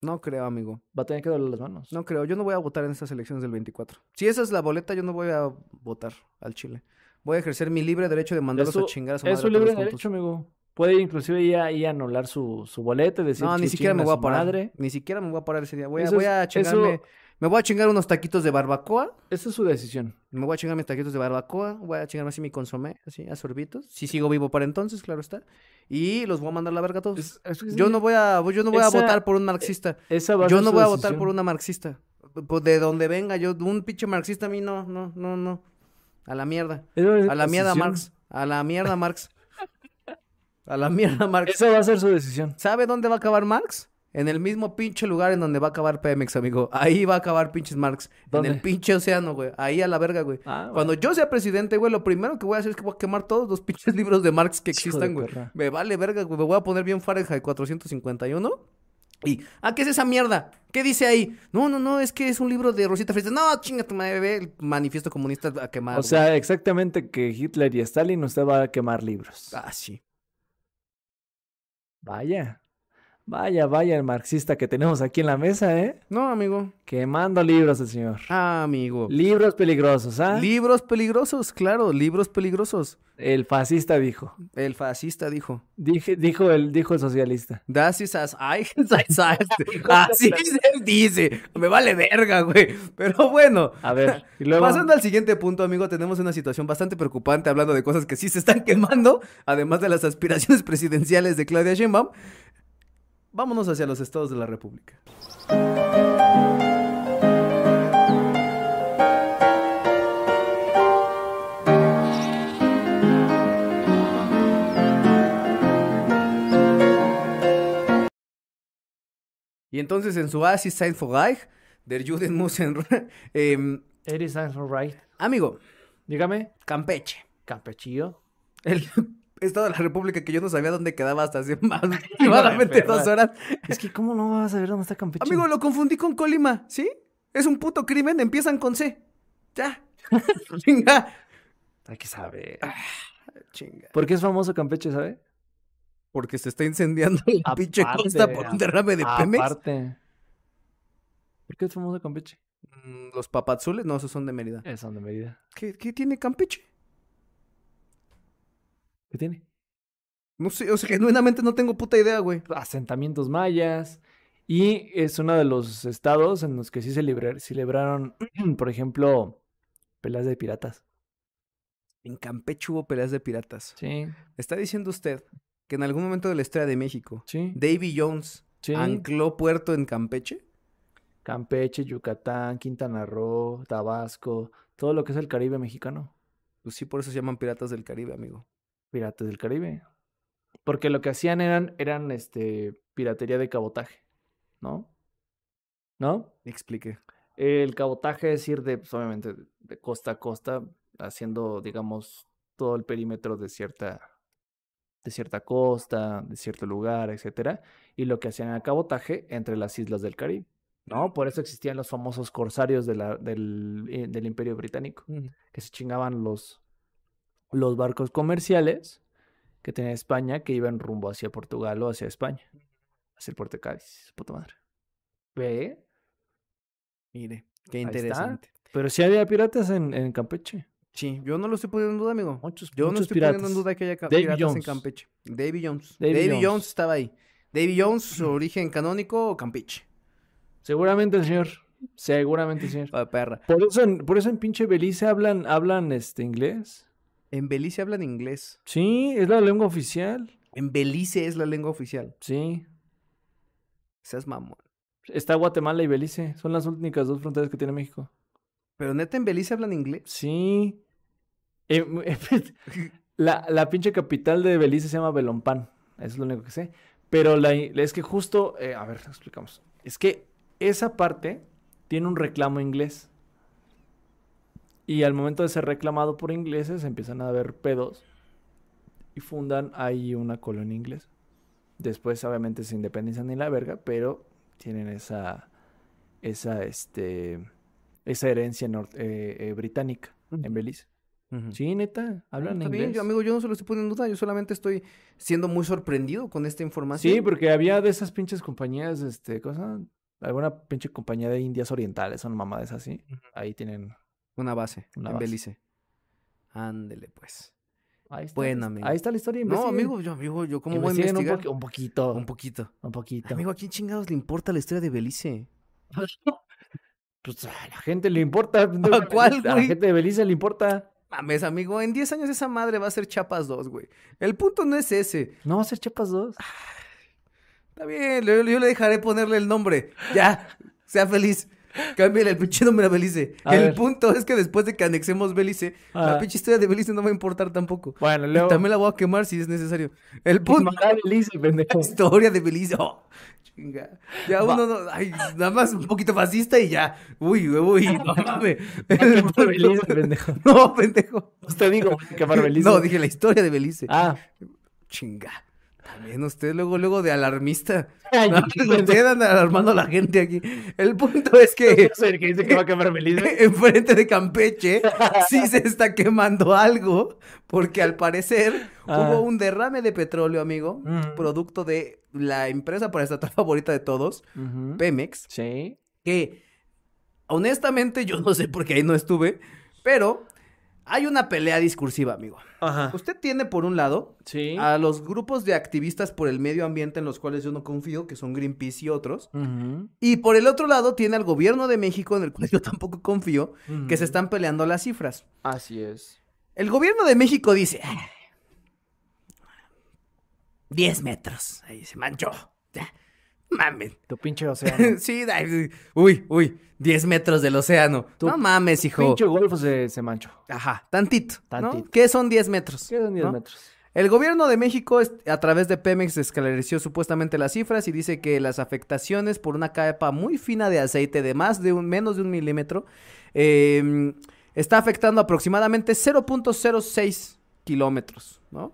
Speaker 1: No creo, amigo.
Speaker 2: Va a tener que doblar las manos.
Speaker 1: No creo, yo no voy a votar en estas elecciones del 24. Si esa es la boleta, yo no voy a votar al Chile. Voy a ejercer mi libre derecho de mandarlos a
Speaker 2: su-
Speaker 1: chingar a su madre.
Speaker 2: es su
Speaker 1: a todos
Speaker 2: libre
Speaker 1: juntos.
Speaker 2: derecho, amigo. Puede inclusive ir a, ir a anular su, su boleto y decir
Speaker 1: No, ni
Speaker 2: que
Speaker 1: siquiera me
Speaker 2: chinguen
Speaker 1: voy
Speaker 2: su
Speaker 1: a parar.
Speaker 2: madre.
Speaker 1: Ni siquiera me voy a parar ese día. Voy a,
Speaker 2: Eso es-
Speaker 1: voy a chingarme.
Speaker 2: eso-
Speaker 1: Me voy a chingar unos taquitos de barbacoa.
Speaker 2: Esa es su decisión.
Speaker 1: Me voy a chingar mis taquitos de barbacoa. Voy a chingarme así mi consomé, así, a sorbitos. Si sigo vivo para entonces, claro está. Y los voy a mandar a la verga a todos.
Speaker 2: Es- es-
Speaker 1: yo no voy a, yo no voy a
Speaker 2: Esa-
Speaker 1: votar por un marxista.
Speaker 2: esa va
Speaker 1: Yo
Speaker 2: ser
Speaker 1: no
Speaker 2: su
Speaker 1: voy a votar
Speaker 2: decisión.
Speaker 1: por una marxista. Pues de donde venga, yo, un pinche marxista a mí no, no, no, no. A la mierda.
Speaker 2: Esa va ser
Speaker 1: A la
Speaker 2: su
Speaker 1: mierda,
Speaker 2: decisión.
Speaker 1: Marx. A la mierda, Marx. A la mierda, Marx.
Speaker 2: Esa va a ser su decisión.
Speaker 1: ¿Sabe dónde va a acabar Marx? En el mismo pinche lugar en donde va a acabar Pemex, amigo. Ahí va a acabar pinches Marx.
Speaker 2: ¿Dónde?
Speaker 1: En el pinche océano, güey. Ahí a la verga, güey.
Speaker 2: Ah, bueno.
Speaker 1: Cuando yo sea presidente, güey, lo primero que voy a hacer es que voy a quemar todos los pinches libros de Marx que
Speaker 2: Hijo de
Speaker 1: existan, güey.
Speaker 2: perra.
Speaker 1: Me vale verga, güey. Me voy a poner bien Fahrenheit 451. Y, ah, ¿qué es esa mierda? ¿Qué dice ahí? No, no, no, es que es un libro de Rosita Fresca. No, chinga tu madre, bebé. El manifiesto comunista a quemar.
Speaker 2: O sea, exactamente que Hitler y Stalin usted va a quemar libros.
Speaker 1: güey. ah, sí.
Speaker 2: Vaya. Vaya, vaya el marxista que tenemos aquí en la mesa, ¿eh?
Speaker 1: No, amigo.
Speaker 2: Quemando libros el señor.
Speaker 1: Ah, amigo.
Speaker 2: Libros peligrosos, ¿ah?
Speaker 1: Libros peligrosos, claro, libros peligrosos.
Speaker 2: el fascista dijo.
Speaker 1: El fascista dijo.
Speaker 2: Dije, dijo, el, dijo el socialista.
Speaker 1: Das ist as I Así se dice. Me vale verga, güey. Pero bueno.
Speaker 2: A ver, y luego...
Speaker 1: Pasando al siguiente punto, amigo, tenemos una situación bastante preocupante hablando de cosas que sí se están quemando, además de las aspiraciones presidenciales de Claudia Sheinbaum. Vámonos hacia los estados de la República. Y entonces en su Asis Sein Vergleich, der Judenmusen, em,
Speaker 2: Eres right.
Speaker 1: amigo,
Speaker 2: Dígame,
Speaker 1: Campeche.
Speaker 2: campechillo.
Speaker 1: El Estado de la República que yo no sabía dónde quedaba hasta hace más aproximadamente
Speaker 2: perra.
Speaker 1: dos horas.
Speaker 2: Es que, ¿cómo no vas a ver dónde está Campeche?
Speaker 1: Amigo, lo confundí con Colima, ¿sí? Es un puto crimen, empiezan con C. Ya. chinga. Ah,
Speaker 2: Hay que saber.
Speaker 1: Chinga.
Speaker 2: ¿Por qué es famoso Campeche, sabe?
Speaker 1: Porque se está incendiando la pinche
Speaker 2: Aparte,
Speaker 1: costa por un derrame de Pemex.
Speaker 2: Aparte. ¿Por qué es famoso Campeche?
Speaker 1: Mm, Los papazules, no, esos son de Mérida.
Speaker 2: Es donde medida.
Speaker 1: ¿Qué, qué tiene Campeche?
Speaker 2: ¿Qué tiene?
Speaker 1: No sé, o sea, genuinamente no tengo puta idea, güey.
Speaker 2: asentamientos mayas y es uno de los estados en los que sí se libra- celebraron, por ejemplo, peleas de piratas.
Speaker 1: En Campeche hubo peleas de piratas.
Speaker 2: Sí,
Speaker 1: Está diciendo usted que en algún momento de la historia de México,
Speaker 2: sí,
Speaker 1: Davy Jones
Speaker 2: sí.
Speaker 1: ancló puerto en Campeche.
Speaker 2: Campeche, Yucatán, Quintana Roo, Tabasco, todo lo que es el Caribe mexicano,
Speaker 1: Pues sí, por eso se llaman piratas del Caribe, amigo.
Speaker 2: piratas del Caribe. Porque lo que hacían eran, eran este, piratería de cabotaje, ¿no? ¿No?
Speaker 1: Explique.
Speaker 2: El cabotaje es ir de, pues, obviamente, de costa a costa, haciendo, digamos, todo el perímetro de cierta, de cierta costa, de cierto lugar, etcétera. Y lo que hacían era cabotaje entre las islas del Caribe. ¿No? Por eso existían los famosos corsarios de la- del, eh, del Imperio Británico, que se chingaban los, los barcos comerciales que tenía España, que iban rumbo hacia Portugal o hacia España, hacia el puerto de Cádiz, puta madre. ¿Ve?
Speaker 1: Mire, qué
Speaker 2: está.
Speaker 1: interesante.
Speaker 2: Pero sí había piratas en, en Campeche.
Speaker 1: Sí, yo no lo estoy poniendo en duda, amigo.
Speaker 2: Muchos,
Speaker 1: Yo no
Speaker 2: muchos
Speaker 1: estoy
Speaker 2: piratas.
Speaker 1: poniendo en duda que haya ca-
Speaker 2: Davy
Speaker 1: piratas en
Speaker 2: Jones.
Speaker 1: Campeche. Davy Jones.
Speaker 2: Davy
Speaker 1: Davy,
Speaker 2: Jones.
Speaker 1: Jones. estaba ahí. Davy Jones, su origen canónico, Campeche.
Speaker 2: Seguramente, señor. Seguramente, señor.
Speaker 1: Ah, perra.
Speaker 2: Por eso en, por eso en pinche Belice hablan, hablan este inglés.
Speaker 1: En Belice hablan inglés.
Speaker 2: Sí, es la lengua oficial.
Speaker 1: En Belice es la lengua oficial.
Speaker 2: Sí.
Speaker 1: Seas mamón.
Speaker 2: Está Guatemala y Belice. Son las únicas dos fronteras que tiene México.
Speaker 1: Pero neta, en Belice hablan inglés.
Speaker 2: Sí. Em, em, la, la pinche capital de Belice se llama Belompan. Eso es lo único que sé. Pero la, es que justo, eh, a ver, explicamos. Es que esa parte tiene un reclamo inglés. Y al momento de ser reclamado por ingleses, empiezan a haber pedos y fundan ahí una colonia inglesa. Después, obviamente, se independizan en la verga, pero tienen esa, esa, este, esa herencia nor- eh, eh, británica en Belice. Sí, neta, hablan
Speaker 1: Está
Speaker 2: inglés.
Speaker 1: bien, yo, amigo, yo no se lo estoy poniendo en duda. Yo solamente estoy siendo muy sorprendido con esta información.
Speaker 2: Sí, porque había de esas pinches compañías, este, cosa, alguna pinche compañía de indias orientales, una mamá de esas así. Ahí tienen.
Speaker 1: Una base
Speaker 2: Una
Speaker 1: en
Speaker 2: base.
Speaker 1: Belice. Ándele, pues.
Speaker 2: Ahí está,
Speaker 1: Bueno,
Speaker 2: la his-
Speaker 1: amigo.
Speaker 2: Ahí está la historia.
Speaker 1: No,
Speaker 2: investiguen.
Speaker 1: amigo, yo, amigo, yo cómo voy a
Speaker 2: Investiguen un
Speaker 1: investigar.
Speaker 2: poqui- Un, poquito,
Speaker 1: Un poquito.
Speaker 2: un poquito.
Speaker 1: Amigo, ¿a quién chingados le importa la historia de Belice?
Speaker 2: Pues a la gente le importa. pendejo,
Speaker 1: ¿A cuál,
Speaker 2: A la
Speaker 1: güey?
Speaker 2: gente de Belice le importa.
Speaker 1: Mames, amigo, en 10 años esa madre va a ser Chapas 2, güey. El punto no es ese.
Speaker 2: No va a ser Chiapas 2.
Speaker 1: Está bien, yo, yo le dejaré ponerle el nombre. Ya, sea feliz. Cámbiale el pinche nombre a Belice.
Speaker 2: A
Speaker 1: el
Speaker 2: ver.
Speaker 1: punto es que después de que anexemos Belice,
Speaker 2: Ah.
Speaker 1: la pinche historia de Belice no va a importar tampoco.
Speaker 2: Bueno,
Speaker 1: Y
Speaker 2: luego.
Speaker 1: también la voy a quemar si es necesario. El punto
Speaker 2: Magali Lisi, pendejo.
Speaker 1: la historia de Belice. Oh, chinga. Ya
Speaker 2: Va.
Speaker 1: uno, no- ay, nada más un poquito fascista y ya. Uy, uy, no mames. El
Speaker 2: Quemar
Speaker 1: punto-
Speaker 2: Belice, pendejo.
Speaker 1: No, pendejo.
Speaker 2: Usted digo quemar Belice.
Speaker 1: No, dije la historia de Belice.
Speaker 2: Ah.
Speaker 1: Chinga. También usted luego, luego de alarmista.
Speaker 2: Ay,
Speaker 1: No, usted anda alarmando a la gente aquí. El punto es que
Speaker 2: Soy el que dice que va a quemar Belice.
Speaker 1: enfrente de Campeche sí se está quemando algo, porque al parecer
Speaker 2: Ah.
Speaker 1: hubo un derrame de petróleo, amigo,
Speaker 2: Mm.
Speaker 1: producto de la empresa paraestatal favorita de todos,
Speaker 2: Ujú.
Speaker 1: Pemex,
Speaker 2: Sí.
Speaker 1: que honestamente yo no sé por qué ahí no estuve, pero hay una pelea discursiva, amigo.
Speaker 2: Ajá.
Speaker 1: Usted tiene por un lado
Speaker 2: Ah. Sí.
Speaker 1: a los grupos de activistas por el medio ambiente en los cuales yo no confío, que son Greenpeace y otros.
Speaker 2: Ujú.
Speaker 1: Y por el otro lado tiene al gobierno de México, en el cual yo tampoco confío, que se están peleando las cifras.
Speaker 2: Así es.
Speaker 1: El gobierno de México dice... "Ah, 10 metros. Ahí se manchó. Ya, Mamen.
Speaker 2: Tu pinche océano.
Speaker 1: Sí, da- uy, uy, 10 metros del océano.
Speaker 2: Tu-
Speaker 1: no mames, hijo.
Speaker 2: pinche golfo se, se manchó.
Speaker 1: Ajá, tantito. ¿no?
Speaker 2: Tantito.
Speaker 1: ¿Qué son 10 metros?
Speaker 2: Quedan 10
Speaker 1: ¿no?
Speaker 2: metros.
Speaker 1: El gobierno de México, est- a través de Pemex, esclareció supuestamente las cifras y dice que las afectaciones por una capa muy fina de aceite de más de un menos de un milímetro eh, está afectando aproximadamente 0.06 kilómetros, ¿no?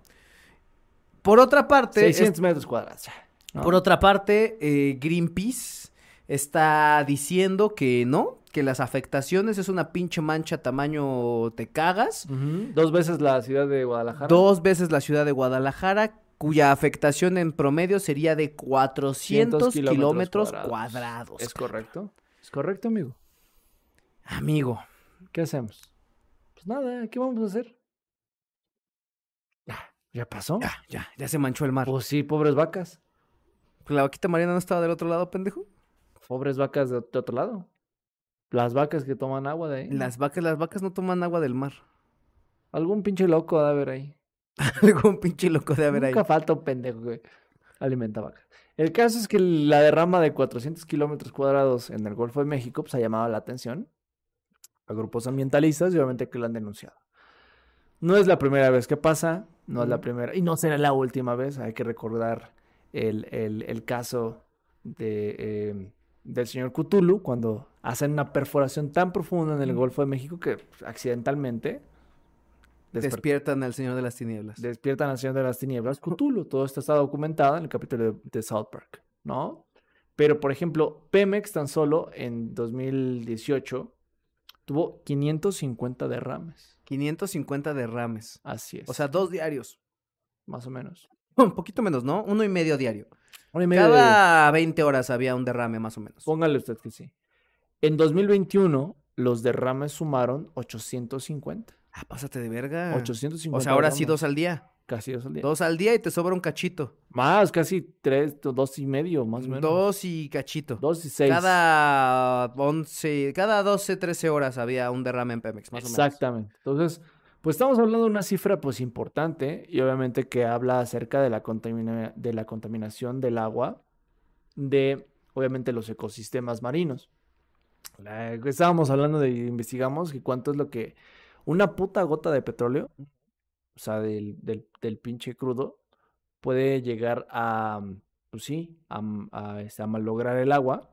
Speaker 1: Por otra parte, es-
Speaker 2: 600 metros cuadrados. ¿no?
Speaker 1: por otra parte, eh, Greenpeace está diciendo que no, que las afectaciones es una pinche mancha tamaño te cagas.
Speaker 2: Ujú. Dos veces la ciudad de Guadalajara.
Speaker 1: Dos veces la ciudad de Guadalajara, cuya afectación en promedio sería de 400 kilómetros cuadrados.
Speaker 2: Es correcto. Es correcto, amigo.
Speaker 1: Amigo,
Speaker 2: ¿Qué hacemos? Pues nada, ¿qué vamos a hacer? Ah, ¿Ya pasó?
Speaker 1: ya, ya, ya se manchó el mar.
Speaker 2: Pues sí, pobres vacas.
Speaker 1: ¿La vaquita marina no estaba del otro lado, pendejo?
Speaker 2: Pobres vacas de de otro lado. Las vacas que toman agua de ahí.
Speaker 1: Las vacas, las vacas no toman agua del mar.
Speaker 2: Algún pinche loco ha de haber ahí.
Speaker 1: Algún pinche loco de haber ahí.
Speaker 2: Nunca falta un pendejo que alimenta vacas. El caso es que la derrama de 400 kilómetros cuadrados en el Golfo de México pues, ha llamado la atención a grupos ambientalistas y obviamente que lo han denunciado. No es la primera vez que pasa, no es la
Speaker 1: Ujú.
Speaker 2: primera y no será la última vez. Hay que recordar el, el- el caso de, eh, del señor Cthulhu cuando hacen una perforación tan profunda en el Golfo de México que pues, accidentalmente despertó
Speaker 1: Despiertan al señor de las tinieblas.
Speaker 2: despierta la Nación de las Tinieblas, Cthulhu. Todo esto está documentado en el capítulo de, de South Park, ¿no? Pero, por ejemplo, Pemex tan solo en 2018 tuvo 550 derrames.
Speaker 1: 550 derrames.
Speaker 2: Así es.
Speaker 1: O sea, dos diarios.
Speaker 2: más o menos.
Speaker 1: Un poquito menos, ¿no? Uno y medio diario.
Speaker 2: Una y media de-
Speaker 1: Cada 20 horas había un derrame, más o menos.
Speaker 2: Póngale usted que sí. En 2021, los derrames sumaron 850.
Speaker 1: Ah, pásate de verga.
Speaker 2: 850.
Speaker 1: O sea, ahora sí
Speaker 2: derrames.
Speaker 1: dos al día.
Speaker 2: Casi dos al día.
Speaker 1: Dos al día y te sobra un cachito.
Speaker 2: Más, casi tres, do- dos y medio, más o menos.
Speaker 1: Dos y cachito.
Speaker 2: Dos y seis.
Speaker 1: cada 11, cada 12, 13 horas había un derrame en Pemex, más o menos.
Speaker 2: Exactamente. Entonces, pues estamos hablando de una cifra pues importante y obviamente que habla acerca de la, contamina- de la contaminación del agua, de obviamente los ecosistemas marinos. La- estábamos hablando de, investigamos que cuánto es lo que una puta gota de petróleo, o sea, del, del, del pinche crudo, puede llegar a, pues sí, a, a, este, a malograr el agua.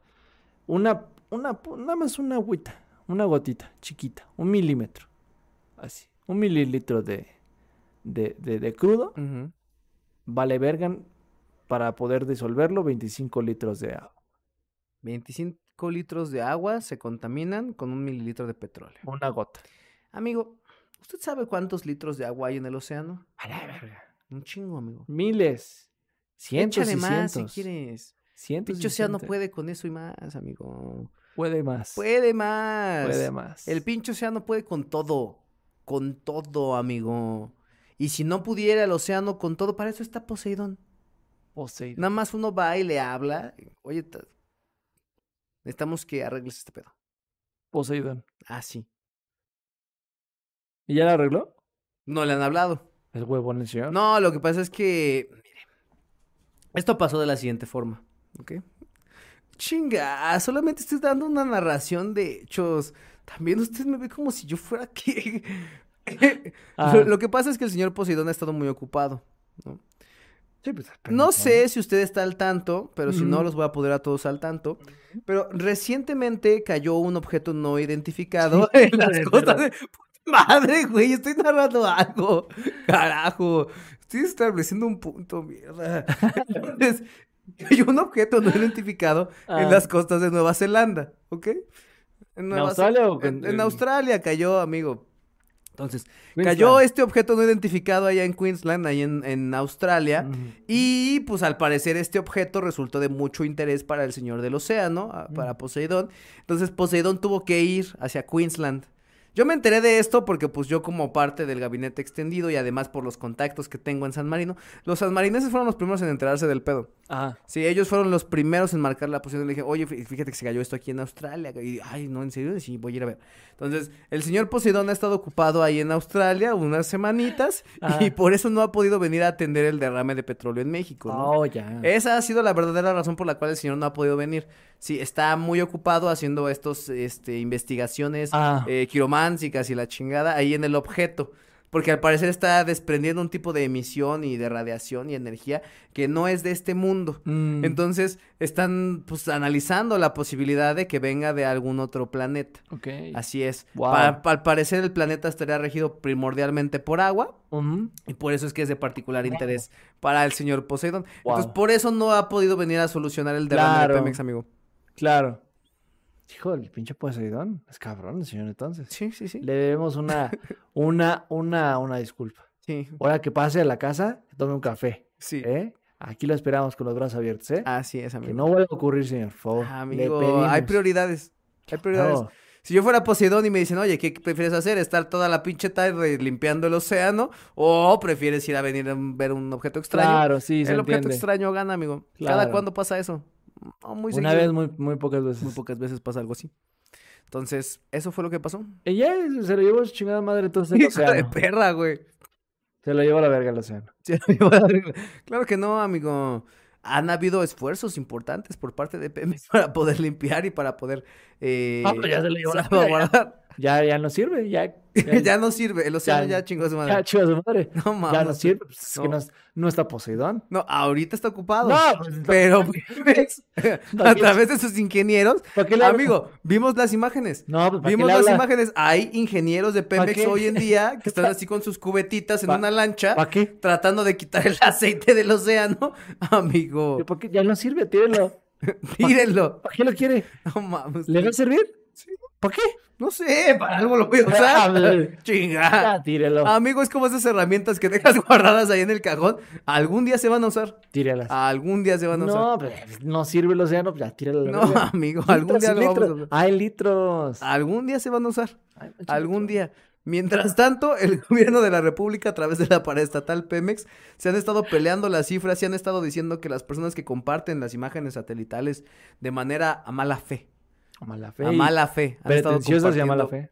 Speaker 2: Una, una, pu- nada más una agüita, una gotita chiquita, un milímetro, así, un mililitro de, de, de- de crudo,
Speaker 1: Ujú.
Speaker 2: vale vergan para poder disolverlo 25 litros de agua.
Speaker 1: 25 litros de agua se contaminan con un mililitro de petróleo.
Speaker 2: Una gota.
Speaker 1: Amigo, ¿usted sabe cuántos litros de agua hay en el océano?
Speaker 2: A la verga.
Speaker 1: Un chingo, amigo.
Speaker 2: Miles. Cientos
Speaker 1: Échale
Speaker 2: y
Speaker 1: más
Speaker 2: cientos.
Speaker 1: si quieres.
Speaker 2: Cientos y
Speaker 1: Pinche océano
Speaker 2: cientos.
Speaker 1: puede con eso y más, amigo.
Speaker 2: Puede más.
Speaker 1: Puede más.
Speaker 2: Puede más.
Speaker 1: El pinche océano puede con todo. Con todo, amigo. Y si no pudiera el océano con todo, para eso está Poseidón.
Speaker 2: Poseidón.
Speaker 1: Nada más uno va y le habla. Oye, ta- necesitamos que arregles este pedo.
Speaker 2: Poseidón.
Speaker 1: Ah, sí.
Speaker 2: ¿Y ya la arregló?
Speaker 1: No le han hablado.
Speaker 2: El huevón, el señor.
Speaker 1: No, lo que pasa es que. Mire. Esto pasó de la siguiente forma. ¿Ok? Chinga, solamente estoy dando una narración de hechos. También usted me ve como si yo fuera que...
Speaker 2: Ah.
Speaker 1: Lo, lo que pasa es que el señor Poseidón ha estado muy ocupado, ¿no?
Speaker 2: Sí, pues,
Speaker 1: No sé si usted está al tanto, pero si no,
Speaker 2: Ujú.
Speaker 1: los voy a poner a todos al tanto. Pero recientemente cayó un objeto no identificado en las costas de... ¡Puta Madre, güey, estoy narrando algo. Carajo, estoy estableciendo un punto, mierda. Entonces, cayó un objeto no identificado en
Speaker 2: Ah.
Speaker 1: las costas de Nueva Zelanda, ¿ok? En, Nueva Ze-
Speaker 2: Australia o
Speaker 1: en- en
Speaker 2: con- en-
Speaker 1: Australia cayó, amigo. Entonces,
Speaker 2: Queensland.
Speaker 1: Cayó este objeto no identificado allá en Queensland, ahí en, en Australia.
Speaker 2: Ujú.
Speaker 1: Y pues al parecer este objeto resultó de mucho interés para el señor del océano,
Speaker 2: Mm.
Speaker 1: a- para Poseidón. Entonces Poseidón tuvo que ir hacia Queensland. Yo me enteré de esto porque pues yo como parte del gabinete extendido y además por los contactos que tengo en San Marino, los sanmarineses fueron los primeros en enterarse del pedo.
Speaker 2: Ajá.
Speaker 1: Sí, ellos fueron los primeros en marcar la posición. Le dije, oye, fí- fíjate que se cayó esto aquí en Australia. Y, ay, no, en serio, sí, voy a ir a ver. Entonces, el señor Poseidón ha estado ocupado ahí en Australia unas semanitas
Speaker 2: Ajá.
Speaker 1: y por eso no ha podido venir a atender el derrame de petróleo en México, ¿no?
Speaker 2: Oh, ya.
Speaker 1: Esa ha sido la verdadera razón por la cual el señor no ha podido venir. Sí, está muy ocupado haciendo estos, este, investigaciones
Speaker 2: Ah.
Speaker 1: eh, quirománcicas y la chingada ahí en el objeto. Porque al parecer está desprendiendo un tipo de emisión y de radiación y energía que no es de este mundo.
Speaker 2: Mm.
Speaker 1: Entonces están pues analizando la posibilidad de que venga de algún otro planeta.
Speaker 2: Ok.
Speaker 1: Así es.
Speaker 2: Wow.
Speaker 1: Pa- pa- al parecer el planeta estaría regido primordialmente por agua,
Speaker 2: Ujú.
Speaker 1: y por eso es que es de particular interés para el señor Poseidón.
Speaker 2: Wow.
Speaker 1: Entonces, por eso no ha podido venir a solucionar el derrame
Speaker 2: Claro.
Speaker 1: de Pemex, amigo.
Speaker 2: Claro. Hijo, el pinche Poseidón. Es cabrón el señor entonces.
Speaker 1: Sí, sí, sí.
Speaker 2: Le debemos una, una, una, una disculpa.
Speaker 1: Sí,
Speaker 2: Ahora que pase a la casa, que tome un café.
Speaker 1: sí.
Speaker 2: ¿eh? Aquí lo esperamos con los brazos abiertos, ¿eh?
Speaker 1: Así es,
Speaker 2: que
Speaker 1: amigo. Ah,
Speaker 2: no vuelva a ocurrir, señor. Por favor. Le
Speaker 1: Amigo, hay
Speaker 2: pedimos.
Speaker 1: prioridades. Hay prioridades.
Speaker 2: Claro.
Speaker 1: Si yo fuera Poseidón y me dicen, oye, ¿qué prefieres hacer? ¿Estar toda la pinche tarde limpiando el océano? ¿O prefieres ir a venir a ver un objeto extraño?
Speaker 2: Claro, sí, se
Speaker 1: el objeto
Speaker 2: entiende.
Speaker 1: extraño gana, amigo. ¿Cada
Speaker 2: Claro.
Speaker 1: cuándo pasa eso? No, muy
Speaker 2: Una
Speaker 1: seguido.
Speaker 2: vez, muy, muy pocas veces.
Speaker 1: Muy pocas veces pasa algo así. Entonces, eso fue lo que pasó.
Speaker 2: Ella se lo llevó su chingada madre entonces el
Speaker 1: Hijo de
Speaker 2: océano.
Speaker 1: perra, güey.
Speaker 2: Se lo llevó a la verga el océano.
Speaker 1: Sí, amigo, arregla- Claro que no, amigo. Han habido esfuerzos importantes por parte de Pemex para poder limpiar y para poder eh,
Speaker 2: Ah, pero ya se lo llevó la
Speaker 1: salvaguardar.
Speaker 2: Ya, ya no sirve, ya.
Speaker 1: Ya, no sirve, el océano ya,
Speaker 2: Ya-
Speaker 1: chingó a su
Speaker 2: ya
Speaker 1: madre.
Speaker 2: chiva su madre.
Speaker 1: No
Speaker 2: ya
Speaker 1: mames.
Speaker 2: no sirve, pues, es que
Speaker 1: No.
Speaker 2: no, es- no está Poseidón.
Speaker 1: No, ahorita está ocupado.
Speaker 2: No, pues, entonces,
Speaker 1: Pero Pemex, a
Speaker 2: También-
Speaker 1: través de sus ingenieros,
Speaker 2: ¿para qué le hablas?
Speaker 1: amigo, vimos las imágenes.
Speaker 2: No, pues, ¿para qué
Speaker 1: Vimos
Speaker 2: le
Speaker 1: las
Speaker 2: habla?
Speaker 1: imágenes. Hay ingenieros de Pemex
Speaker 2: qué?
Speaker 1: hoy en día que están así con sus cubetitas en
Speaker 2: Pa-
Speaker 1: una lancha
Speaker 2: ¿Para qué?
Speaker 1: tratando de quitar el aceite del océano. Amigo,
Speaker 2: ¿Para qué? Ya no sirve, tírenlo.
Speaker 1: tírenlo.
Speaker 2: ¿Para qué lo quiere?
Speaker 1: No mames.
Speaker 2: ¿Le va a servir? ¿Para qué?
Speaker 1: No sé, para algo lo voy a
Speaker 2: Ah,
Speaker 1: usar.
Speaker 2: bl-
Speaker 1: Chinga.
Speaker 2: Ya, tírelo.
Speaker 1: Amigo, es como esas herramientas que dejas guardadas ahí en el cajón. Algún día se van a usar.
Speaker 2: Tírelas.
Speaker 1: Algún día se van a usar.
Speaker 2: no, pues, no sirve el océano, pues, ya tíralo. a la
Speaker 1: No,
Speaker 2: verga.
Speaker 1: amigo,
Speaker 2: Litros
Speaker 1: algún día
Speaker 2: y
Speaker 1: lo vamos a Ah,
Speaker 2: litros.
Speaker 1: usar.
Speaker 2: Hay litros.
Speaker 1: Algún día se van a usar.
Speaker 2: Ay, pues,
Speaker 1: Algún día. Mientras tanto, el gobierno de la República, a través de la paraestatal Pemex, se han estado peleando las cifras y han estado diciendo que las personas que comparten las imágenes satelitales de manera a mala fe,
Speaker 2: A mala fe.
Speaker 1: a mala fe, han estado
Speaker 2: Pretenciosas y a mala
Speaker 1: compartiendo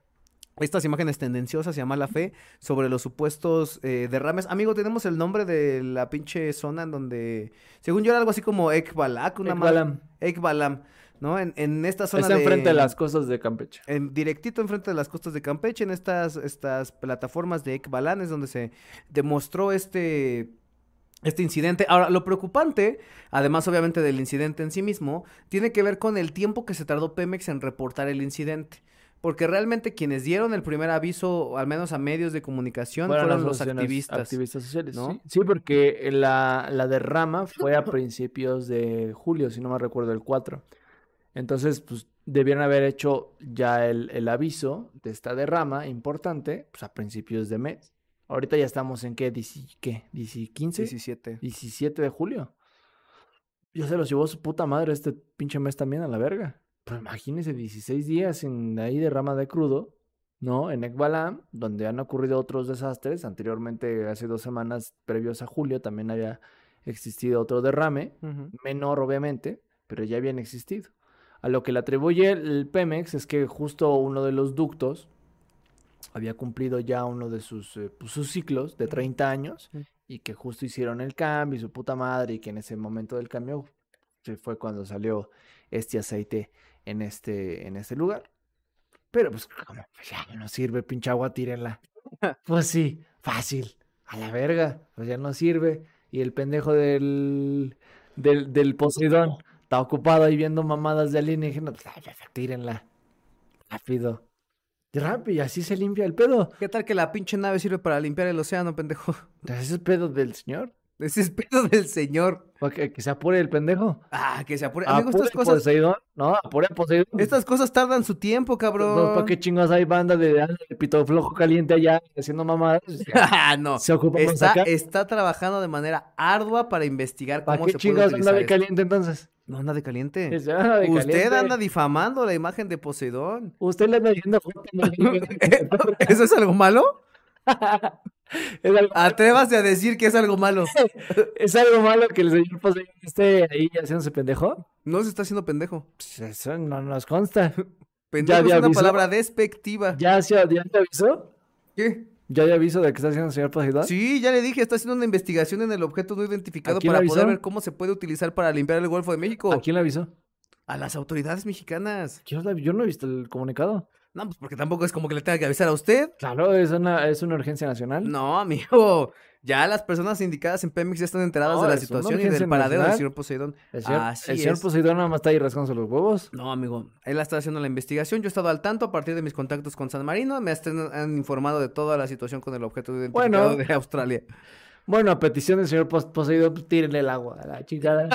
Speaker 2: fe.
Speaker 1: estas imágenes tendenciosas y a mala fe sobre los supuestos eh, derrames. Amigo, tenemos el nombre de la pinche zona en donde, según yo era algo así como Ekbalak, una madre-
Speaker 2: Ekbalam.
Speaker 1: Ekbalam, ¿no? En, en esta zona
Speaker 2: Está
Speaker 1: de...
Speaker 2: enfrente de las costas de Campeche.
Speaker 1: en- directito enfrente de las costas de Campeche, en estas, estas plataformas de Ekbalan, es donde se demostró este, este incidente. Ahora, lo preocupante, además obviamente del incidente en sí mismo, tiene que ver con el tiempo que se tardó Pemex en reportar el incidente. Porque realmente quienes dieron el primer aviso, al menos a medios de comunicación,
Speaker 2: Fueron
Speaker 1: fueron los
Speaker 2: las asociaciones-
Speaker 1: activistas.
Speaker 2: activistas sociales,
Speaker 1: ¿no?
Speaker 2: sí. Sí, porque la, la derrama fue a principios de julio, si no me recuerdo, el 4. Entonces, pues debieron haber hecho ya el, el aviso de esta derrama importante, pues a principios de mes. Ahorita ya estamos en qué, 10 ¿qué? 10 15,
Speaker 1: 17.
Speaker 2: 17 de julio. Ya se los llevó su puta madre este pinche mes también a la verga. Pero imagínense 16 días sin ahí derrama de crudo, ¿no? En Ekbalam, donde han ocurrido otros desastres. Anteriormente, hace dos semanas previos a julio, también había existido otro derrame
Speaker 1: Ujú.
Speaker 2: menor obviamente, pero ya habían existido. A lo que le atribuye el Pemex es que justo uno de los ductos había cumplido ya uno de sus, eh, pues, sus ciclos de 30 años
Speaker 1: Ujú.
Speaker 2: y que justo hicieron el cambio y su puta madre y que en ese momento del cambio Sí, fue cuando salió este aceite en este, en este lugar. Pero pues, como pues ya no sirve, pinche agua, tírenla. Pues sí, fácil, a la verga, pues ya no sirve. Y el pendejo del, del, del Poseidón está ocupado ahí viendo mamadas de alienígenas, pues ay, ya, ya, tírenla. Rápido. Rápido, y así se limpia el pedo.
Speaker 1: ¿Qué tal que la pinche nave sirve para limpiar el océano, pendejo?
Speaker 2: Ese es el pedo del señor.
Speaker 1: Ese es pedo del señor.
Speaker 2: Pa' Que, que se apure el pendejo.
Speaker 1: Ah, que se apure. Amigo,
Speaker 2: Apure
Speaker 1: estas
Speaker 2: el
Speaker 1: cosas,
Speaker 2: Poseidón. No, apure el Poseidón.
Speaker 1: estas cosas tardan su tiempo, cabrón.
Speaker 2: No, ¿para qué chingas hay banda de, de pito flojo caliente allá haciendo mamadas?
Speaker 1: Ah, no.
Speaker 2: Se ocupa más
Speaker 1: Está,
Speaker 2: acá.
Speaker 1: está trabajando de manera ardua para investigar
Speaker 2: ¿Para
Speaker 1: cómo
Speaker 2: qué
Speaker 1: se puede
Speaker 2: chingas anda
Speaker 1: utilizar
Speaker 2: de
Speaker 1: esto.
Speaker 2: caliente entonces?
Speaker 1: No anda de caliente.
Speaker 2: Es- ah, de
Speaker 1: Usted
Speaker 2: caliente.
Speaker 1: anda difamando la imagen de Poseidón.
Speaker 2: Usted le anda diciendo fuerte, marica.
Speaker 1: ¿Eso es algo malo?
Speaker 2: es, algo,
Speaker 1: Atrévase a decir que es algo malo.
Speaker 2: es algo malo que el señor Poseidón esté ahí haciéndose pendejo.
Speaker 1: No se está haciendo pendejo.
Speaker 2: Pues eso no nos consta.
Speaker 1: Pendejo
Speaker 2: había
Speaker 1: es una
Speaker 2: avisado.
Speaker 1: palabra despectiva.
Speaker 2: ¿Ya, se- ya te avisó?
Speaker 1: ¿Qué?
Speaker 2: ¿Ya le aviso de que está haciendo el señor Poseidón?
Speaker 1: Sí, ya le dije, está haciendo una investigación en el objeto no identificado
Speaker 2: ¿A quién
Speaker 1: para
Speaker 2: le
Speaker 1: poder
Speaker 2: avisó?
Speaker 1: ver cómo se puede utilizar para limpiar el Golfo de México.
Speaker 2: ¿A quién le avisó?
Speaker 1: A las autoridades mexicanas.
Speaker 2: Yo no- yo no he visto el comunicado.
Speaker 1: No, pues porque tampoco es como que le tenga que avisar a usted.
Speaker 2: Claro, es una, es una urgencia nacional.
Speaker 1: No, amigo. Ya las personas indicadas en Pemex ya están enteradas
Speaker 2: No,
Speaker 1: de la
Speaker 2: es una
Speaker 1: situación y del
Speaker 2: emergencia
Speaker 1: paradero del
Speaker 2: nacional.
Speaker 1: señor Poseidón.
Speaker 2: El señor,
Speaker 1: Así
Speaker 2: el señor
Speaker 1: es.
Speaker 2: Poseidón nada más está ahí rascándose los huevos.
Speaker 1: No, amigo, él ha estado haciendo la investigación, yo he estado al tanto a partir de mis contactos con San Marino, me estén- han informado de toda la situación con el objeto identificado
Speaker 2: Bueno.
Speaker 1: de Australia.
Speaker 2: Bueno, a petición del señor Pos- Poseidón, pues, tírenle el agua a la chingada.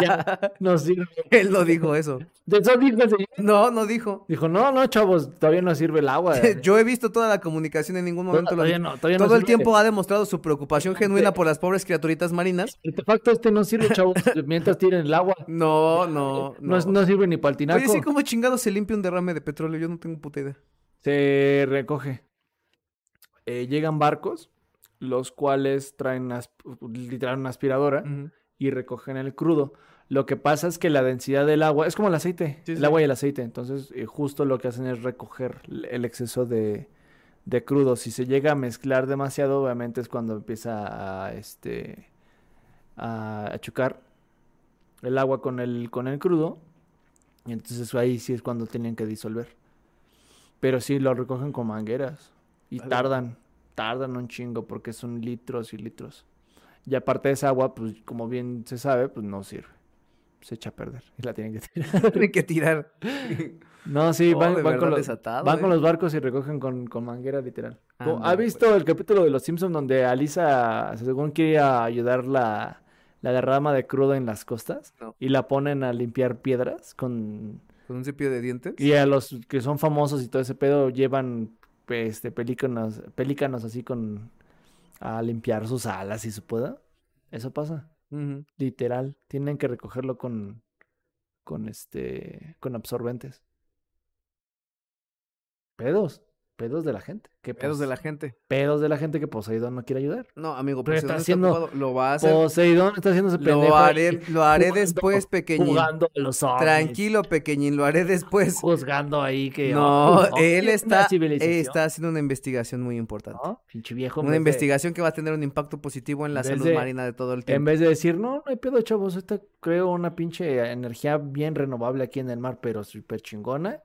Speaker 2: ya, no sirve.
Speaker 1: Él no dijo eso.
Speaker 2: De eso dijo el señor.
Speaker 1: No, no dijo.
Speaker 2: Dijo, no, no, chavos, todavía no sirve el agua.
Speaker 1: Yo he visto toda la comunicación en ningún momento. lo ha
Speaker 2: todavía
Speaker 1: dicho.
Speaker 2: no, todavía no
Speaker 1: Todo el
Speaker 2: sirve.
Speaker 1: tiempo ha demostrado su preocupación genuina por las pobres criaturitas marinas.
Speaker 2: El artefacto este no sirve, chavos, mientras tiren el agua.
Speaker 1: No, no,
Speaker 2: No,
Speaker 1: no.
Speaker 2: es- no sirve ni para el tinaco.
Speaker 1: Oye, sí, ¿cómo chingado se limpia un derrame de petróleo? Yo no tengo puta idea.
Speaker 2: Se recoge. Eh, llegan barcos, los cuales traen as- literal una aspiradora.
Speaker 1: Ujú.
Speaker 2: y recogen el crudo. Lo que pasa es que la densidad del agua es como el aceite,
Speaker 1: Sí,
Speaker 2: el
Speaker 1: sí.
Speaker 2: agua y el aceite. Entonces, eh, justo lo que hacen es recoger l- el exceso de, de crudo. Si se llega a mezclar demasiado, obviamente es cuando empieza a, este, a, a chocar el agua con el, con el crudo. Y entonces ahí sí es cuando tienen que disolver. Pero sí, lo recogen con mangueras. Y
Speaker 1: Vale.
Speaker 2: tardan, tardan un chingo porque son litros y litros. Y aparte de esa agua, pues como bien se sabe, pues no sirve. Se echa a perder y la tienen que tirar.
Speaker 1: Tienen que tirar.
Speaker 2: No, sí,
Speaker 1: Oh, de
Speaker 2: van, van
Speaker 1: verdad
Speaker 2: con, los,
Speaker 1: desatado,
Speaker 2: van con
Speaker 1: eh.
Speaker 2: los barcos y recogen con, con manguera literal. Como-
Speaker 1: Ándale, pues.
Speaker 2: ¿Ha visto el capítulo de Los Simpsons donde Alisa, según quiere ayudar la, la derrama de crudo en las costas
Speaker 1: No.
Speaker 2: y la ponen a limpiar piedras con...
Speaker 1: Con un cepillo de dientes.
Speaker 2: Y a los que son famosos y todo ese pedo llevan este, pelícanos, pelícanos así con... a limpiar sus alas y su poda. Eso pasa.
Speaker 1: Ujú.
Speaker 2: Literal, tienen que recogerlo con con este con absorbentes. Pedos, pedos de la gente. Que
Speaker 1: Pedos de
Speaker 2: pos-
Speaker 1: la gente.
Speaker 2: pedos de la gente que Poseidón no quiere ayudar.
Speaker 1: No, amigo,
Speaker 2: Pero
Speaker 1: Poseidón
Speaker 2: está
Speaker 1: está
Speaker 2: haciendo-
Speaker 1: ocupado, Lo va a hacer.
Speaker 2: Poseidón está haciéndose
Speaker 1: Lo
Speaker 2: pendejo
Speaker 1: haré,
Speaker 2: ahí,
Speaker 1: lo haré
Speaker 2: jugando-
Speaker 1: después, pequeñín.
Speaker 2: jugando a los hombres,
Speaker 1: Tranquilo, pequeñín, lo haré después.
Speaker 2: juzgando ahí que
Speaker 1: No,
Speaker 2: oh,
Speaker 1: él
Speaker 2: una
Speaker 1: está,
Speaker 2: civilización,
Speaker 1: está haciendo una investigación muy importante.
Speaker 2: ¿no? Pinche viejo. en
Speaker 1: Una
Speaker 2: vez de-
Speaker 1: investigación que va a tener un impacto positivo en la
Speaker 2: en vez
Speaker 1: salud
Speaker 2: de-
Speaker 1: marina de todo el
Speaker 2: En
Speaker 1: tiempo.
Speaker 2: vez de decir, no, no hay pedo, chavos, esta creo una pinche energía bien renovable aquí en el mar, pero súper chingona,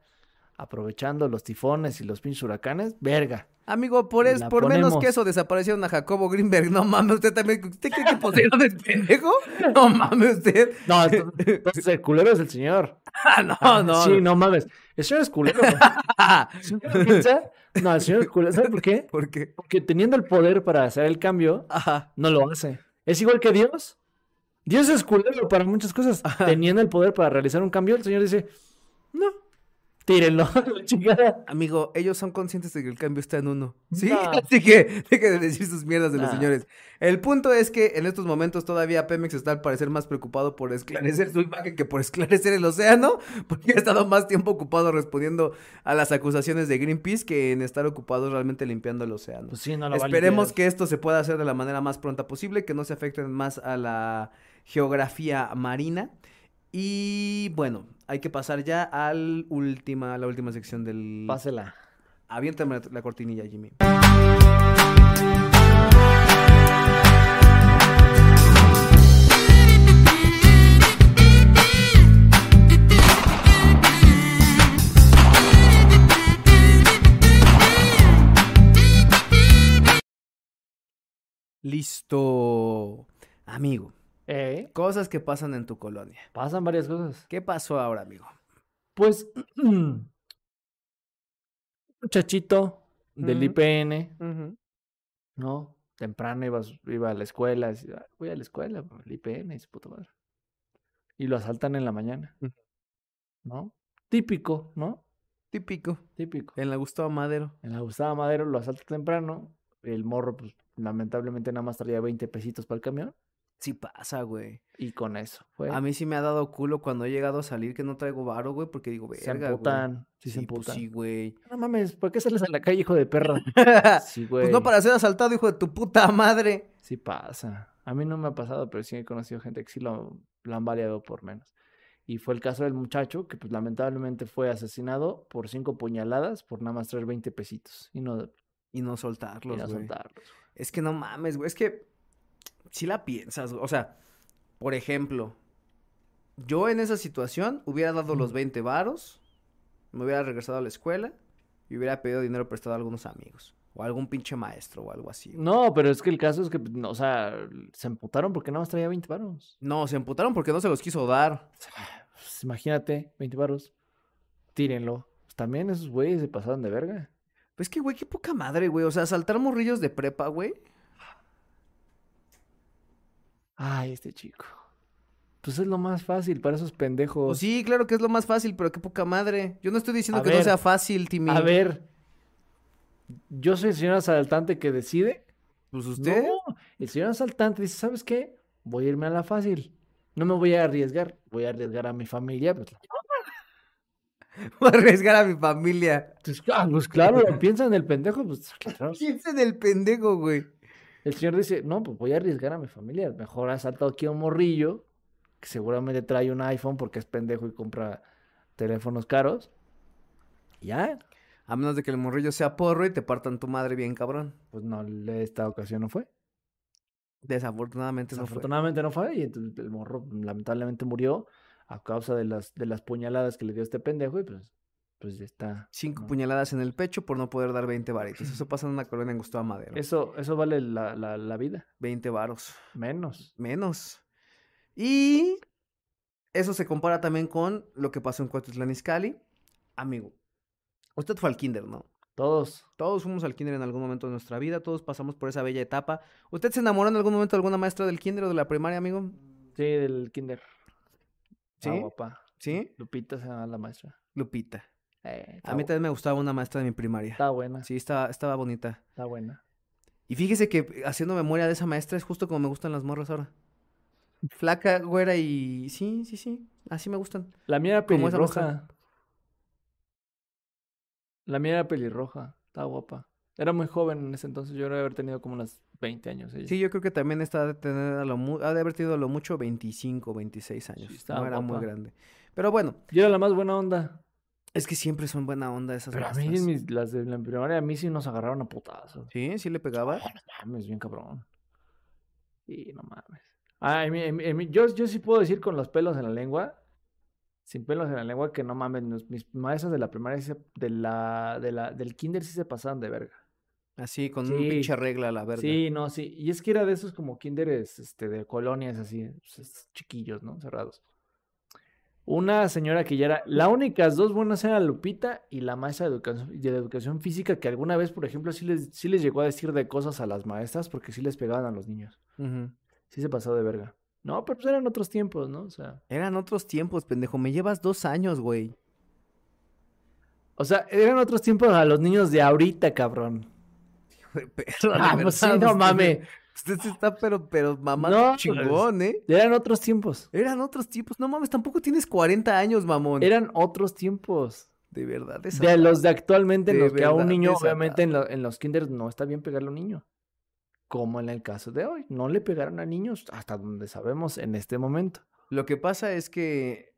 Speaker 2: aprovechando los tifones y los pinches huracanes, verga.
Speaker 1: Amigo, por, es,
Speaker 2: La
Speaker 1: por menos
Speaker 2: ponemos.
Speaker 1: que eso desaparecieron a Jacobo Greenberg. No mames, usted también. ¿Usted cree que Poseidón es pendejo? No mames, usted.
Speaker 2: No, entonces, entonces el culero es el señor.
Speaker 1: Ah, no, no.
Speaker 2: Sí, no mames. El señor es culero. güey. El señor no piensa- No, el señor es culero. ¿Sabe por qué?
Speaker 1: ¿Por qué?
Speaker 2: Porque teniendo el poder para hacer el cambio,
Speaker 1: Ajá.
Speaker 2: no lo hace. Es igual que Dios. Dios es culero para muchas cosas. Teniendo el poder para realizar un cambio, el señor dice, no, tírenlo, a la chingada.
Speaker 1: Amigo, ellos son conscientes de que el cambio está en uno. ¿Sí?
Speaker 2: Nah.
Speaker 1: Así que dejen de decir sus mierdas de los
Speaker 2: Nah.
Speaker 1: señores. El punto es que en estos momentos todavía Pemex está al parecer más preocupado por esclarecer su imagen que por esclarecer el océano, porque ha estado más tiempo ocupado respondiendo a las acusaciones de Greenpeace que en estar ocupado realmente limpiando el océano.
Speaker 2: Pues sí, no lo va a
Speaker 1: Esperemos
Speaker 2: limpiar.
Speaker 1: que esto se pueda hacer de la manera más pronta posible, que no se afecten más a la geografía marina. Y bueno, hay que pasar ya al última, a la última sección del
Speaker 2: Pásela.
Speaker 1: Aviéntame la, la cortinilla, Jimmy. Listo, amigo.
Speaker 2: Eh,
Speaker 1: Cosas que pasan en tu colonia.
Speaker 2: pasan varias cosas.
Speaker 1: ¿Qué pasó ahora, amigo?
Speaker 2: Pues, un muchachito del
Speaker 1: Ujú.
Speaker 2: IPN, ¿no? Temprano iba, a su- iba a la escuela, así, "Ah, voy a la escuela, pa, el IPN, y su puta madre. Y lo asaltan en la mañana,
Speaker 1: Ujú.
Speaker 2: ¿no? Típico, ¿no?
Speaker 1: Típico.
Speaker 2: Típico.
Speaker 1: En la Gustavo Madero.
Speaker 2: En la Gustavo Madero lo asalta temprano, el morro, pues, lamentablemente nada más traía 20 pesitos para el camión,
Speaker 1: Sí pasa, güey.
Speaker 2: y con eso fue.
Speaker 1: A mí sí me ha dado culo cuando he llegado a salir que no traigo varo, güey, porque digo,
Speaker 2: se
Speaker 1: verga, güey.
Speaker 2: emputan, sí, se
Speaker 1: Sí, pues
Speaker 2: emputan.
Speaker 1: sí, güey.
Speaker 2: No mames, ¿por qué sales a la calle, hijo de perra? Sí, güey.
Speaker 1: Pues no para ser asaltado, hijo de tu puta madre.
Speaker 2: Sí pasa. A mí no me ha pasado, pero sí he conocido gente que sí lo, lo han variado por menos. Y fue el caso del muchacho que pues lamentablemente fue asesinado por cinco puñaladas por nada más traer 20 pesitos y no,
Speaker 1: Y no
Speaker 2: y
Speaker 1: soltarlos,
Speaker 2: no
Speaker 1: güey.
Speaker 2: soltarlos.
Speaker 1: Es que no mames, güey. Es que si la piensas, güey. O sea, por ejemplo, yo en esa situación hubiera dado los
Speaker 2: Ujú.
Speaker 1: 20 varos, me hubiera regresado a la escuela y hubiera pedido dinero prestado a algunos amigos. O a algún pinche maestro o algo así. güey.
Speaker 2: No, pero es que el caso es que, pues, no, o sea, se emputaron porque nada más traía 20 varos.
Speaker 1: No, se emputaron porque no se los quiso dar.
Speaker 2: Pues, imagínate, 20 varos. Tírenlo. Pues, también esos güeyes se pasaron de verga.
Speaker 1: Pues que, güey, qué poca madre, güey. O sea, saltar morrillos de prepa, güey.
Speaker 2: Ay, este chico. Pues es lo más fácil para esos pendejos.
Speaker 1: Pues sí, claro que es lo más fácil, pero qué poca madre. Yo no estoy diciendo
Speaker 2: A
Speaker 1: que no
Speaker 2: ver,
Speaker 1: sea fácil, Timmy.
Speaker 2: A ver, yo soy el señor asaltante que decide.
Speaker 1: Pues usted.
Speaker 2: No, el señor asaltante dice, ¿sabes qué? Voy a irme a la fácil. No me voy a arriesgar. Voy a arriesgar a mi familia. Pues,
Speaker 1: Voy a arriesgar a mi familia.
Speaker 2: pues, ah, pues, claro, lo piensa en el pendejo. pues, claro.
Speaker 1: Piensa en el pendejo, güey.
Speaker 2: El señor dice, no, pues voy a arriesgar a mi familia. Mejor asalto aquí a un morrillo que seguramente trae un iPhone porque es pendejo y compra teléfonos caros. Y Ya,
Speaker 1: A menos de que el morrillo sea porro y te partan tu madre bien cabrón.
Speaker 2: pues no, le- esta ocasión no fue.
Speaker 1: Desafortunadamente no fue.
Speaker 2: Desafortunadamente no fue y entonces el morro lamentablemente murió a causa de las, de las puñaladas que le dio este pendejo y pues, pues ya está.
Speaker 1: Cinco
Speaker 2: ¿no?
Speaker 1: puñaladas en el pecho por no poder dar 20 varitos. Eso pasa en una colonia en Gustavo Madero.
Speaker 2: Eso, eso vale la, la- la vida,
Speaker 1: 20 varos.
Speaker 2: menos.
Speaker 1: Menos. Y eso se compara también con lo que pasó en Cuautitlán Izcalli. Amigo, usted fue al kinder, ¿no?
Speaker 2: Todos,
Speaker 1: Todos fuimos al kinder en algún momento de nuestra vida, todos pasamos por esa bella etapa. ¿Usted se enamoró en algún momento de alguna maestra del kinder o de la primaria, amigo?
Speaker 2: sí, del kinder.
Speaker 1: ¿Sí?
Speaker 2: ¿Sí? guapa.
Speaker 1: ¿Sí?
Speaker 2: Lupita se llama la maestra.
Speaker 1: Lupita.
Speaker 2: Eh,
Speaker 1: A
Speaker 2: está
Speaker 1: mí
Speaker 2: bu-
Speaker 1: también me gustaba una maestra de mi primaria.
Speaker 2: está buena,
Speaker 1: Sí, estaba, estaba bonita.
Speaker 2: está buena.
Speaker 1: Y fíjese que eh, haciendo memoria de esa maestra es justo como me gustan las morras ahora. Flaca, güera y... Sí, sí, sí. Así me gustan.
Speaker 2: La mía era
Speaker 1: Como esa maestra.
Speaker 2: pelirroja. La mía era pelirroja, está guapa. Era muy joven en ese entonces, yo debe haber tenido como unos 20 años. ella.
Speaker 1: Sí, yo creo que también está de tener a lo mu- ha de haber tenido a lo mucho 25, 26 años.
Speaker 2: estaba
Speaker 1: no era muy
Speaker 2: guapa.
Speaker 1: grande. Pero bueno,
Speaker 2: Yo era la más buena onda.
Speaker 1: es que siempre son buena onda esas
Speaker 2: Pero a mí, en
Speaker 1: maestras.
Speaker 2: mis- las de la primaria, a mí sí nos agarraron a putazos.
Speaker 1: Sí, sí le pegaba.
Speaker 2: Mames, bien cabrón. Y no mames. Ah, en mi- en mi- en mi- yo, yo sí puedo decir con los pelos en la lengua, sin pelos en la lengua, que no mames, nos- mis maestras de la primaria, sí se- de la, de la, del kinder sí se pasaban de verga.
Speaker 1: Así, con un
Speaker 2: Sí.
Speaker 1: pinche regla a la verga.
Speaker 2: Sí, no, sí. Y es que era de esos como kinderes, este, de colonias así, pues, es- chiquillos, ¿no? Cerrados. Una señora que ya era, la únicas dos buenas era Lupita y la maestra de educación, de la educación física, que alguna vez, por ejemplo, sí les, sí les llegó a decir de cosas a las maestras porque sí les pegaban a los niños.
Speaker 1: Ujú.
Speaker 2: Sí se pasó de verga. No, pero pues eran otros tiempos, ¿no? O sea,
Speaker 1: Eran otros tiempos, pendejo. Me llevas dos años, güey.
Speaker 2: o sea, eran otros tiempos a los niños de ahorita, cabrón.
Speaker 1: Hijo de perra, de
Speaker 2: Ah, pues sí,
Speaker 1: verdad,
Speaker 2: no
Speaker 1: usted-
Speaker 2: mames.
Speaker 1: Usted sí está, pero, pero mamá
Speaker 2: No, pues.
Speaker 1: chingón, ¿eh?
Speaker 2: Eran otros tiempos.
Speaker 1: Eran otros tiempos. No mames, tampoco tienes 40 años, mamón.
Speaker 2: Eran otros tiempos.
Speaker 1: De verdad, esa.
Speaker 2: De los de actualmente, en
Speaker 1: De
Speaker 2: los que a un
Speaker 1: verdad,
Speaker 2: niño,
Speaker 1: desatado.
Speaker 2: obviamente, en, lo- en los kinders no está bien pegarle a un niño. Como en el caso de hoy. No le pegaron a niños hasta donde sabemos en este momento.
Speaker 1: Lo que pasa es que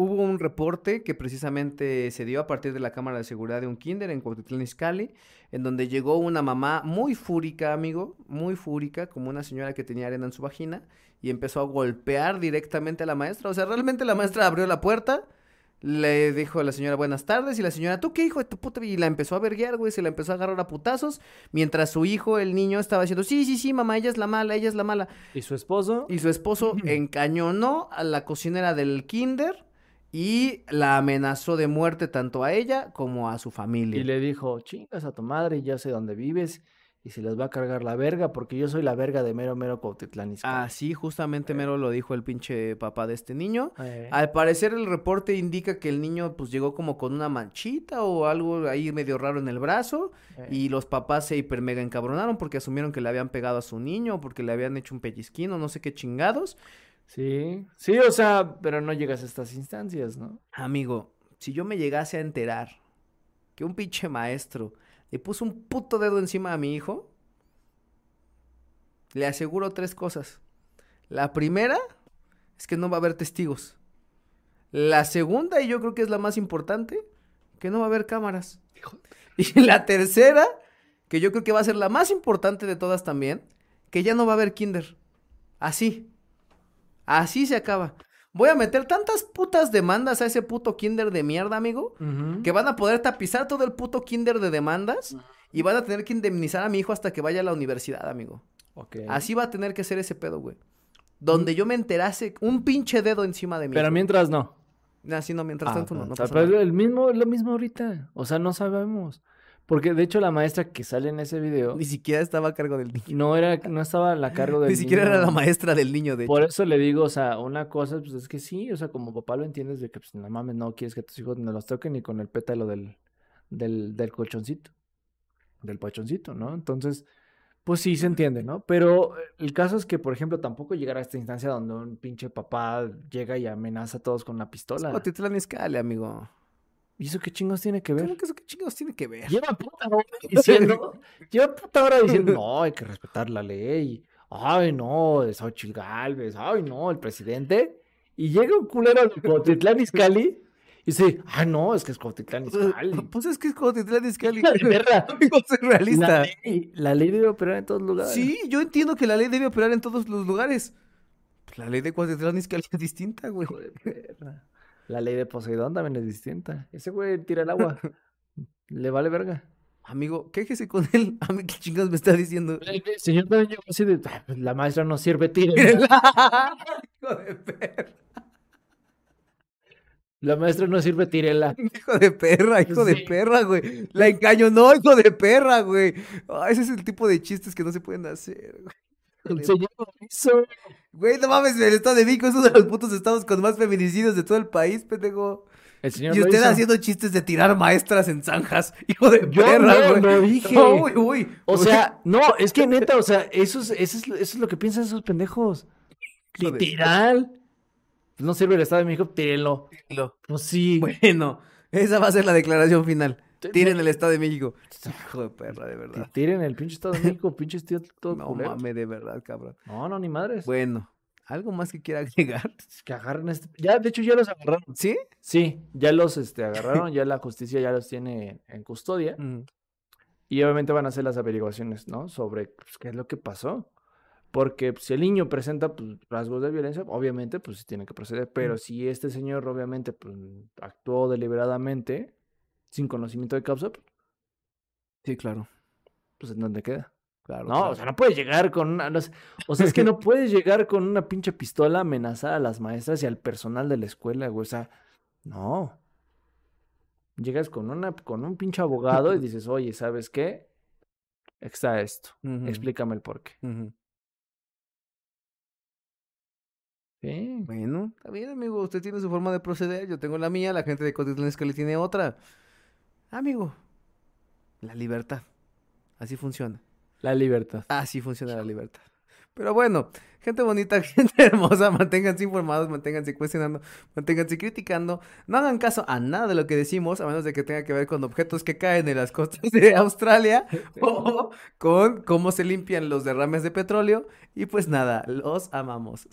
Speaker 1: hubo un reporte que precisamente se dio a partir de la cámara de seguridad de un kinder en Cuautitlán Izcalli, en donde llegó una mamá muy fúrica, amigo, muy fúrica, como una señora que tenía arena en su vagina y empezó a golpear directamente a la maestra. O sea, realmente la maestra abrió la puerta Le dijo a la señora buenas tardes y la señora, ¿tú qué hijo de tu puta? Y la empezó a verguear, güey, se la empezó a agarrar a putazos, mientras su hijo, el niño, estaba diciendo, sí, sí, sí, mamá, ella es la mala, ella es la mala.
Speaker 2: ¿Y su esposo?
Speaker 1: Y su esposo encañonó a la cocinera del kinder y la amenazó de muerte tanto a ella como a su familia.
Speaker 2: Y le dijo, chingas a tu madre, ya sé dónde vives y se las va a cargar la verga porque yo soy la verga de mero mero Cuautitlán Izcalli".
Speaker 1: Así justamente mero lo dijo el pinche papá de este niño.
Speaker 2: Eh,
Speaker 1: Al parecer el reporte indica que el niño pues llegó como con una manchita o algo ahí medio raro en el brazo
Speaker 2: eh.
Speaker 1: y los papás se hiper mega encabronaron porque asumieron que le habían pegado a su niño o porque le habían hecho un pellizquino, no sé qué chingados.
Speaker 2: Sí, sí, o sea, pero no llegas a estas instancias, ¿no?
Speaker 1: Amigo, si yo me llegase a enterar que un pinche maestro le puso un puto dedo encima a mi hijo, le aseguro tres cosas. La primera es que no va a haber testigos. La segunda, y yo creo que es la más importante, que no va a haber cámaras. Y la tercera, que yo creo que va a ser la más importante de todas también, que ya no va a haber kinder. Así. Así se acaba. Voy a meter tantas putas demandas a ese puto kinder de mierda, amigo, que van a poder tapizar todo el puto kinder de demandas y van a tener que indemnizar a mi hijo hasta que vaya a la universidad, amigo.
Speaker 2: Ok. Mm.
Speaker 1: Así va a tener que ser ese pedo, güey. Donde yo me enterase un pinche dedo encima de mí.
Speaker 2: Pero mientras no.
Speaker 1: Así no, mientras
Speaker 2: Ah,
Speaker 1: tanto no,
Speaker 2: o
Speaker 1: no
Speaker 2: sea,
Speaker 1: pasa
Speaker 2: pero
Speaker 1: nada.
Speaker 2: el mismo, lo mismo ahorita. O sea, no sabemos. Porque de hecho la maestra que sale en ese video
Speaker 1: Ni siquiera estaba a cargo del niño.
Speaker 2: no era, no estaba a la cargo del
Speaker 1: Ni siquiera
Speaker 2: niño.
Speaker 1: era la maestra del niño, de hecho.
Speaker 2: Por eso le digo, o sea, una cosa, pues es que sí, o sea, como papá lo entiendes de que, pues, no mames, no quieres que tus hijos no los toquen ni con el pétalo del, del, del colchoncito, del pachoncito, ¿no? Entonces, pues sí se entiende, ¿no? Pero eh, el caso es que, por ejemplo, tampoco llegar a esta instancia donde un pinche papá llega y amenaza a todos con una pistola.
Speaker 1: Cuautitlán Izcalli, amigo.
Speaker 2: ¿Y eso qué chingos tiene que ver?
Speaker 1: ¿Cómo que eso qué chingados tiene que ver?
Speaker 2: Lleva puta hora diciendo, lleva puta hora diciendo, no, hay que respetar la ley. Ay, no, de Xochitl Galvez, ay, no, el presidente. Y llega un culero de Cuautitlán Izcalli y dice, ah, no, es que es Cuautitlán Izcalli.
Speaker 1: Pues es que es Cuautitlán Izcalli.
Speaker 2: Hija de perra.
Speaker 1: Amigo, soy
Speaker 2: La
Speaker 1: realista.
Speaker 2: ley, la ley debe operar en todos lugares.
Speaker 1: Sí, yo entiendo que la ley debe operar en todos los lugares. Pues, La ley de Cuautitlán Izcalli es distinta, güey.
Speaker 2: Hijo de perra. La ley de Poseidón también es distinta. Ese güey tira el agua. Le vale verga.
Speaker 1: Amigo, quéjese con él. A mí qué chingados me está diciendo.
Speaker 2: El señor también llegó así de, "Ah, pues, la maestra no sirve, tírenla.
Speaker 1: Hijo de perra,
Speaker 2: La maestra no sirve, tírela.
Speaker 1: hijo de perra, hijo de
Speaker 2: Pues Sí.
Speaker 1: perra, güey. La encañonó, hijo de perra, güey. Ah, ese es el tipo de chistes que no se pueden hacer, güey.
Speaker 2: El señor lo hizo.
Speaker 1: Güey, no mames, el estado de México es uno de los putos estados con más feminicidios de todo el país, pendejo.
Speaker 2: El señor
Speaker 1: Y
Speaker 2: lo
Speaker 1: usted
Speaker 2: hizo.
Speaker 1: haciendo chistes de tirar maestras en zanjas, hijo de
Speaker 2: Yo
Speaker 1: perra,
Speaker 2: no
Speaker 1: güey.
Speaker 2: lo dije.
Speaker 1: No, uy, uy.
Speaker 2: O
Speaker 1: uy,
Speaker 2: sea, no, es que neta, o sea, eso es, eso es, eso es lo que piensan esos pendejos.
Speaker 1: Hijo de-
Speaker 2: Literal. No sirve el Estado de México, tírenlo.
Speaker 1: lo-
Speaker 2: Pues sí.
Speaker 1: Bueno, esa va a ser la declaración final.
Speaker 2: Te-
Speaker 1: Tiren el Estado de México. Hijo de perra, de
Speaker 2: T-
Speaker 1: verdad.
Speaker 2: Tiren el pinche Estado de México, pinche tío todo
Speaker 1: No
Speaker 2: culero.
Speaker 1: mames, de verdad, cabrón.
Speaker 2: No, no, ni madres.
Speaker 1: Bueno, ¿algo más que quiera agregar?
Speaker 2: Que agarren este. Ya, de hecho, ya los agarraron.
Speaker 1: ¿Sí?
Speaker 2: Sí, ya los este, agarraron, ya la justicia ya los tiene en custodia. Y obviamente van a hacer las averiguaciones, ¿no? Sobre pues, qué es lo que pasó. Porque pues, si el niño presenta pues, rasgos de violencia, obviamente pues sí tiene que proceder. Pero si este señor obviamente pues, actuó deliberadamente, sin conocimiento de causa, pues,
Speaker 1: Sí, claro.
Speaker 2: pues, ¿en dónde queda?
Speaker 1: Claro.
Speaker 2: No, o sea, no puedes llegar con una... no sé, o sea, es que no puedes llegar con una pinche pistola a amenazar a las maestras y al personal de la escuela, güey. O sea, no. Llegas con, una, con un pinche abogado y dices, oye, ¿sabes qué? Está esto.
Speaker 1: Ujú,
Speaker 2: Explícame el porqué.
Speaker 1: ujú.
Speaker 2: Sí.
Speaker 1: Bueno, está bien, amigo. Usted tiene su forma de proceder. Yo tengo la mía. La gente de Cotitlán le tiene otra. Amigo, la libertad. Así funciona.
Speaker 2: La libertad.
Speaker 1: Así funciona la libertad. Pero bueno, gente bonita, gente hermosa, manténganse informados, manténganse cuestionando, manténganse criticando. No hagan caso a nada de lo que decimos, a menos de que tenga que ver con objetos que caen en las costas de Australia o con cómo se limpian los derrames de petróleo. Y pues nada, los amamos.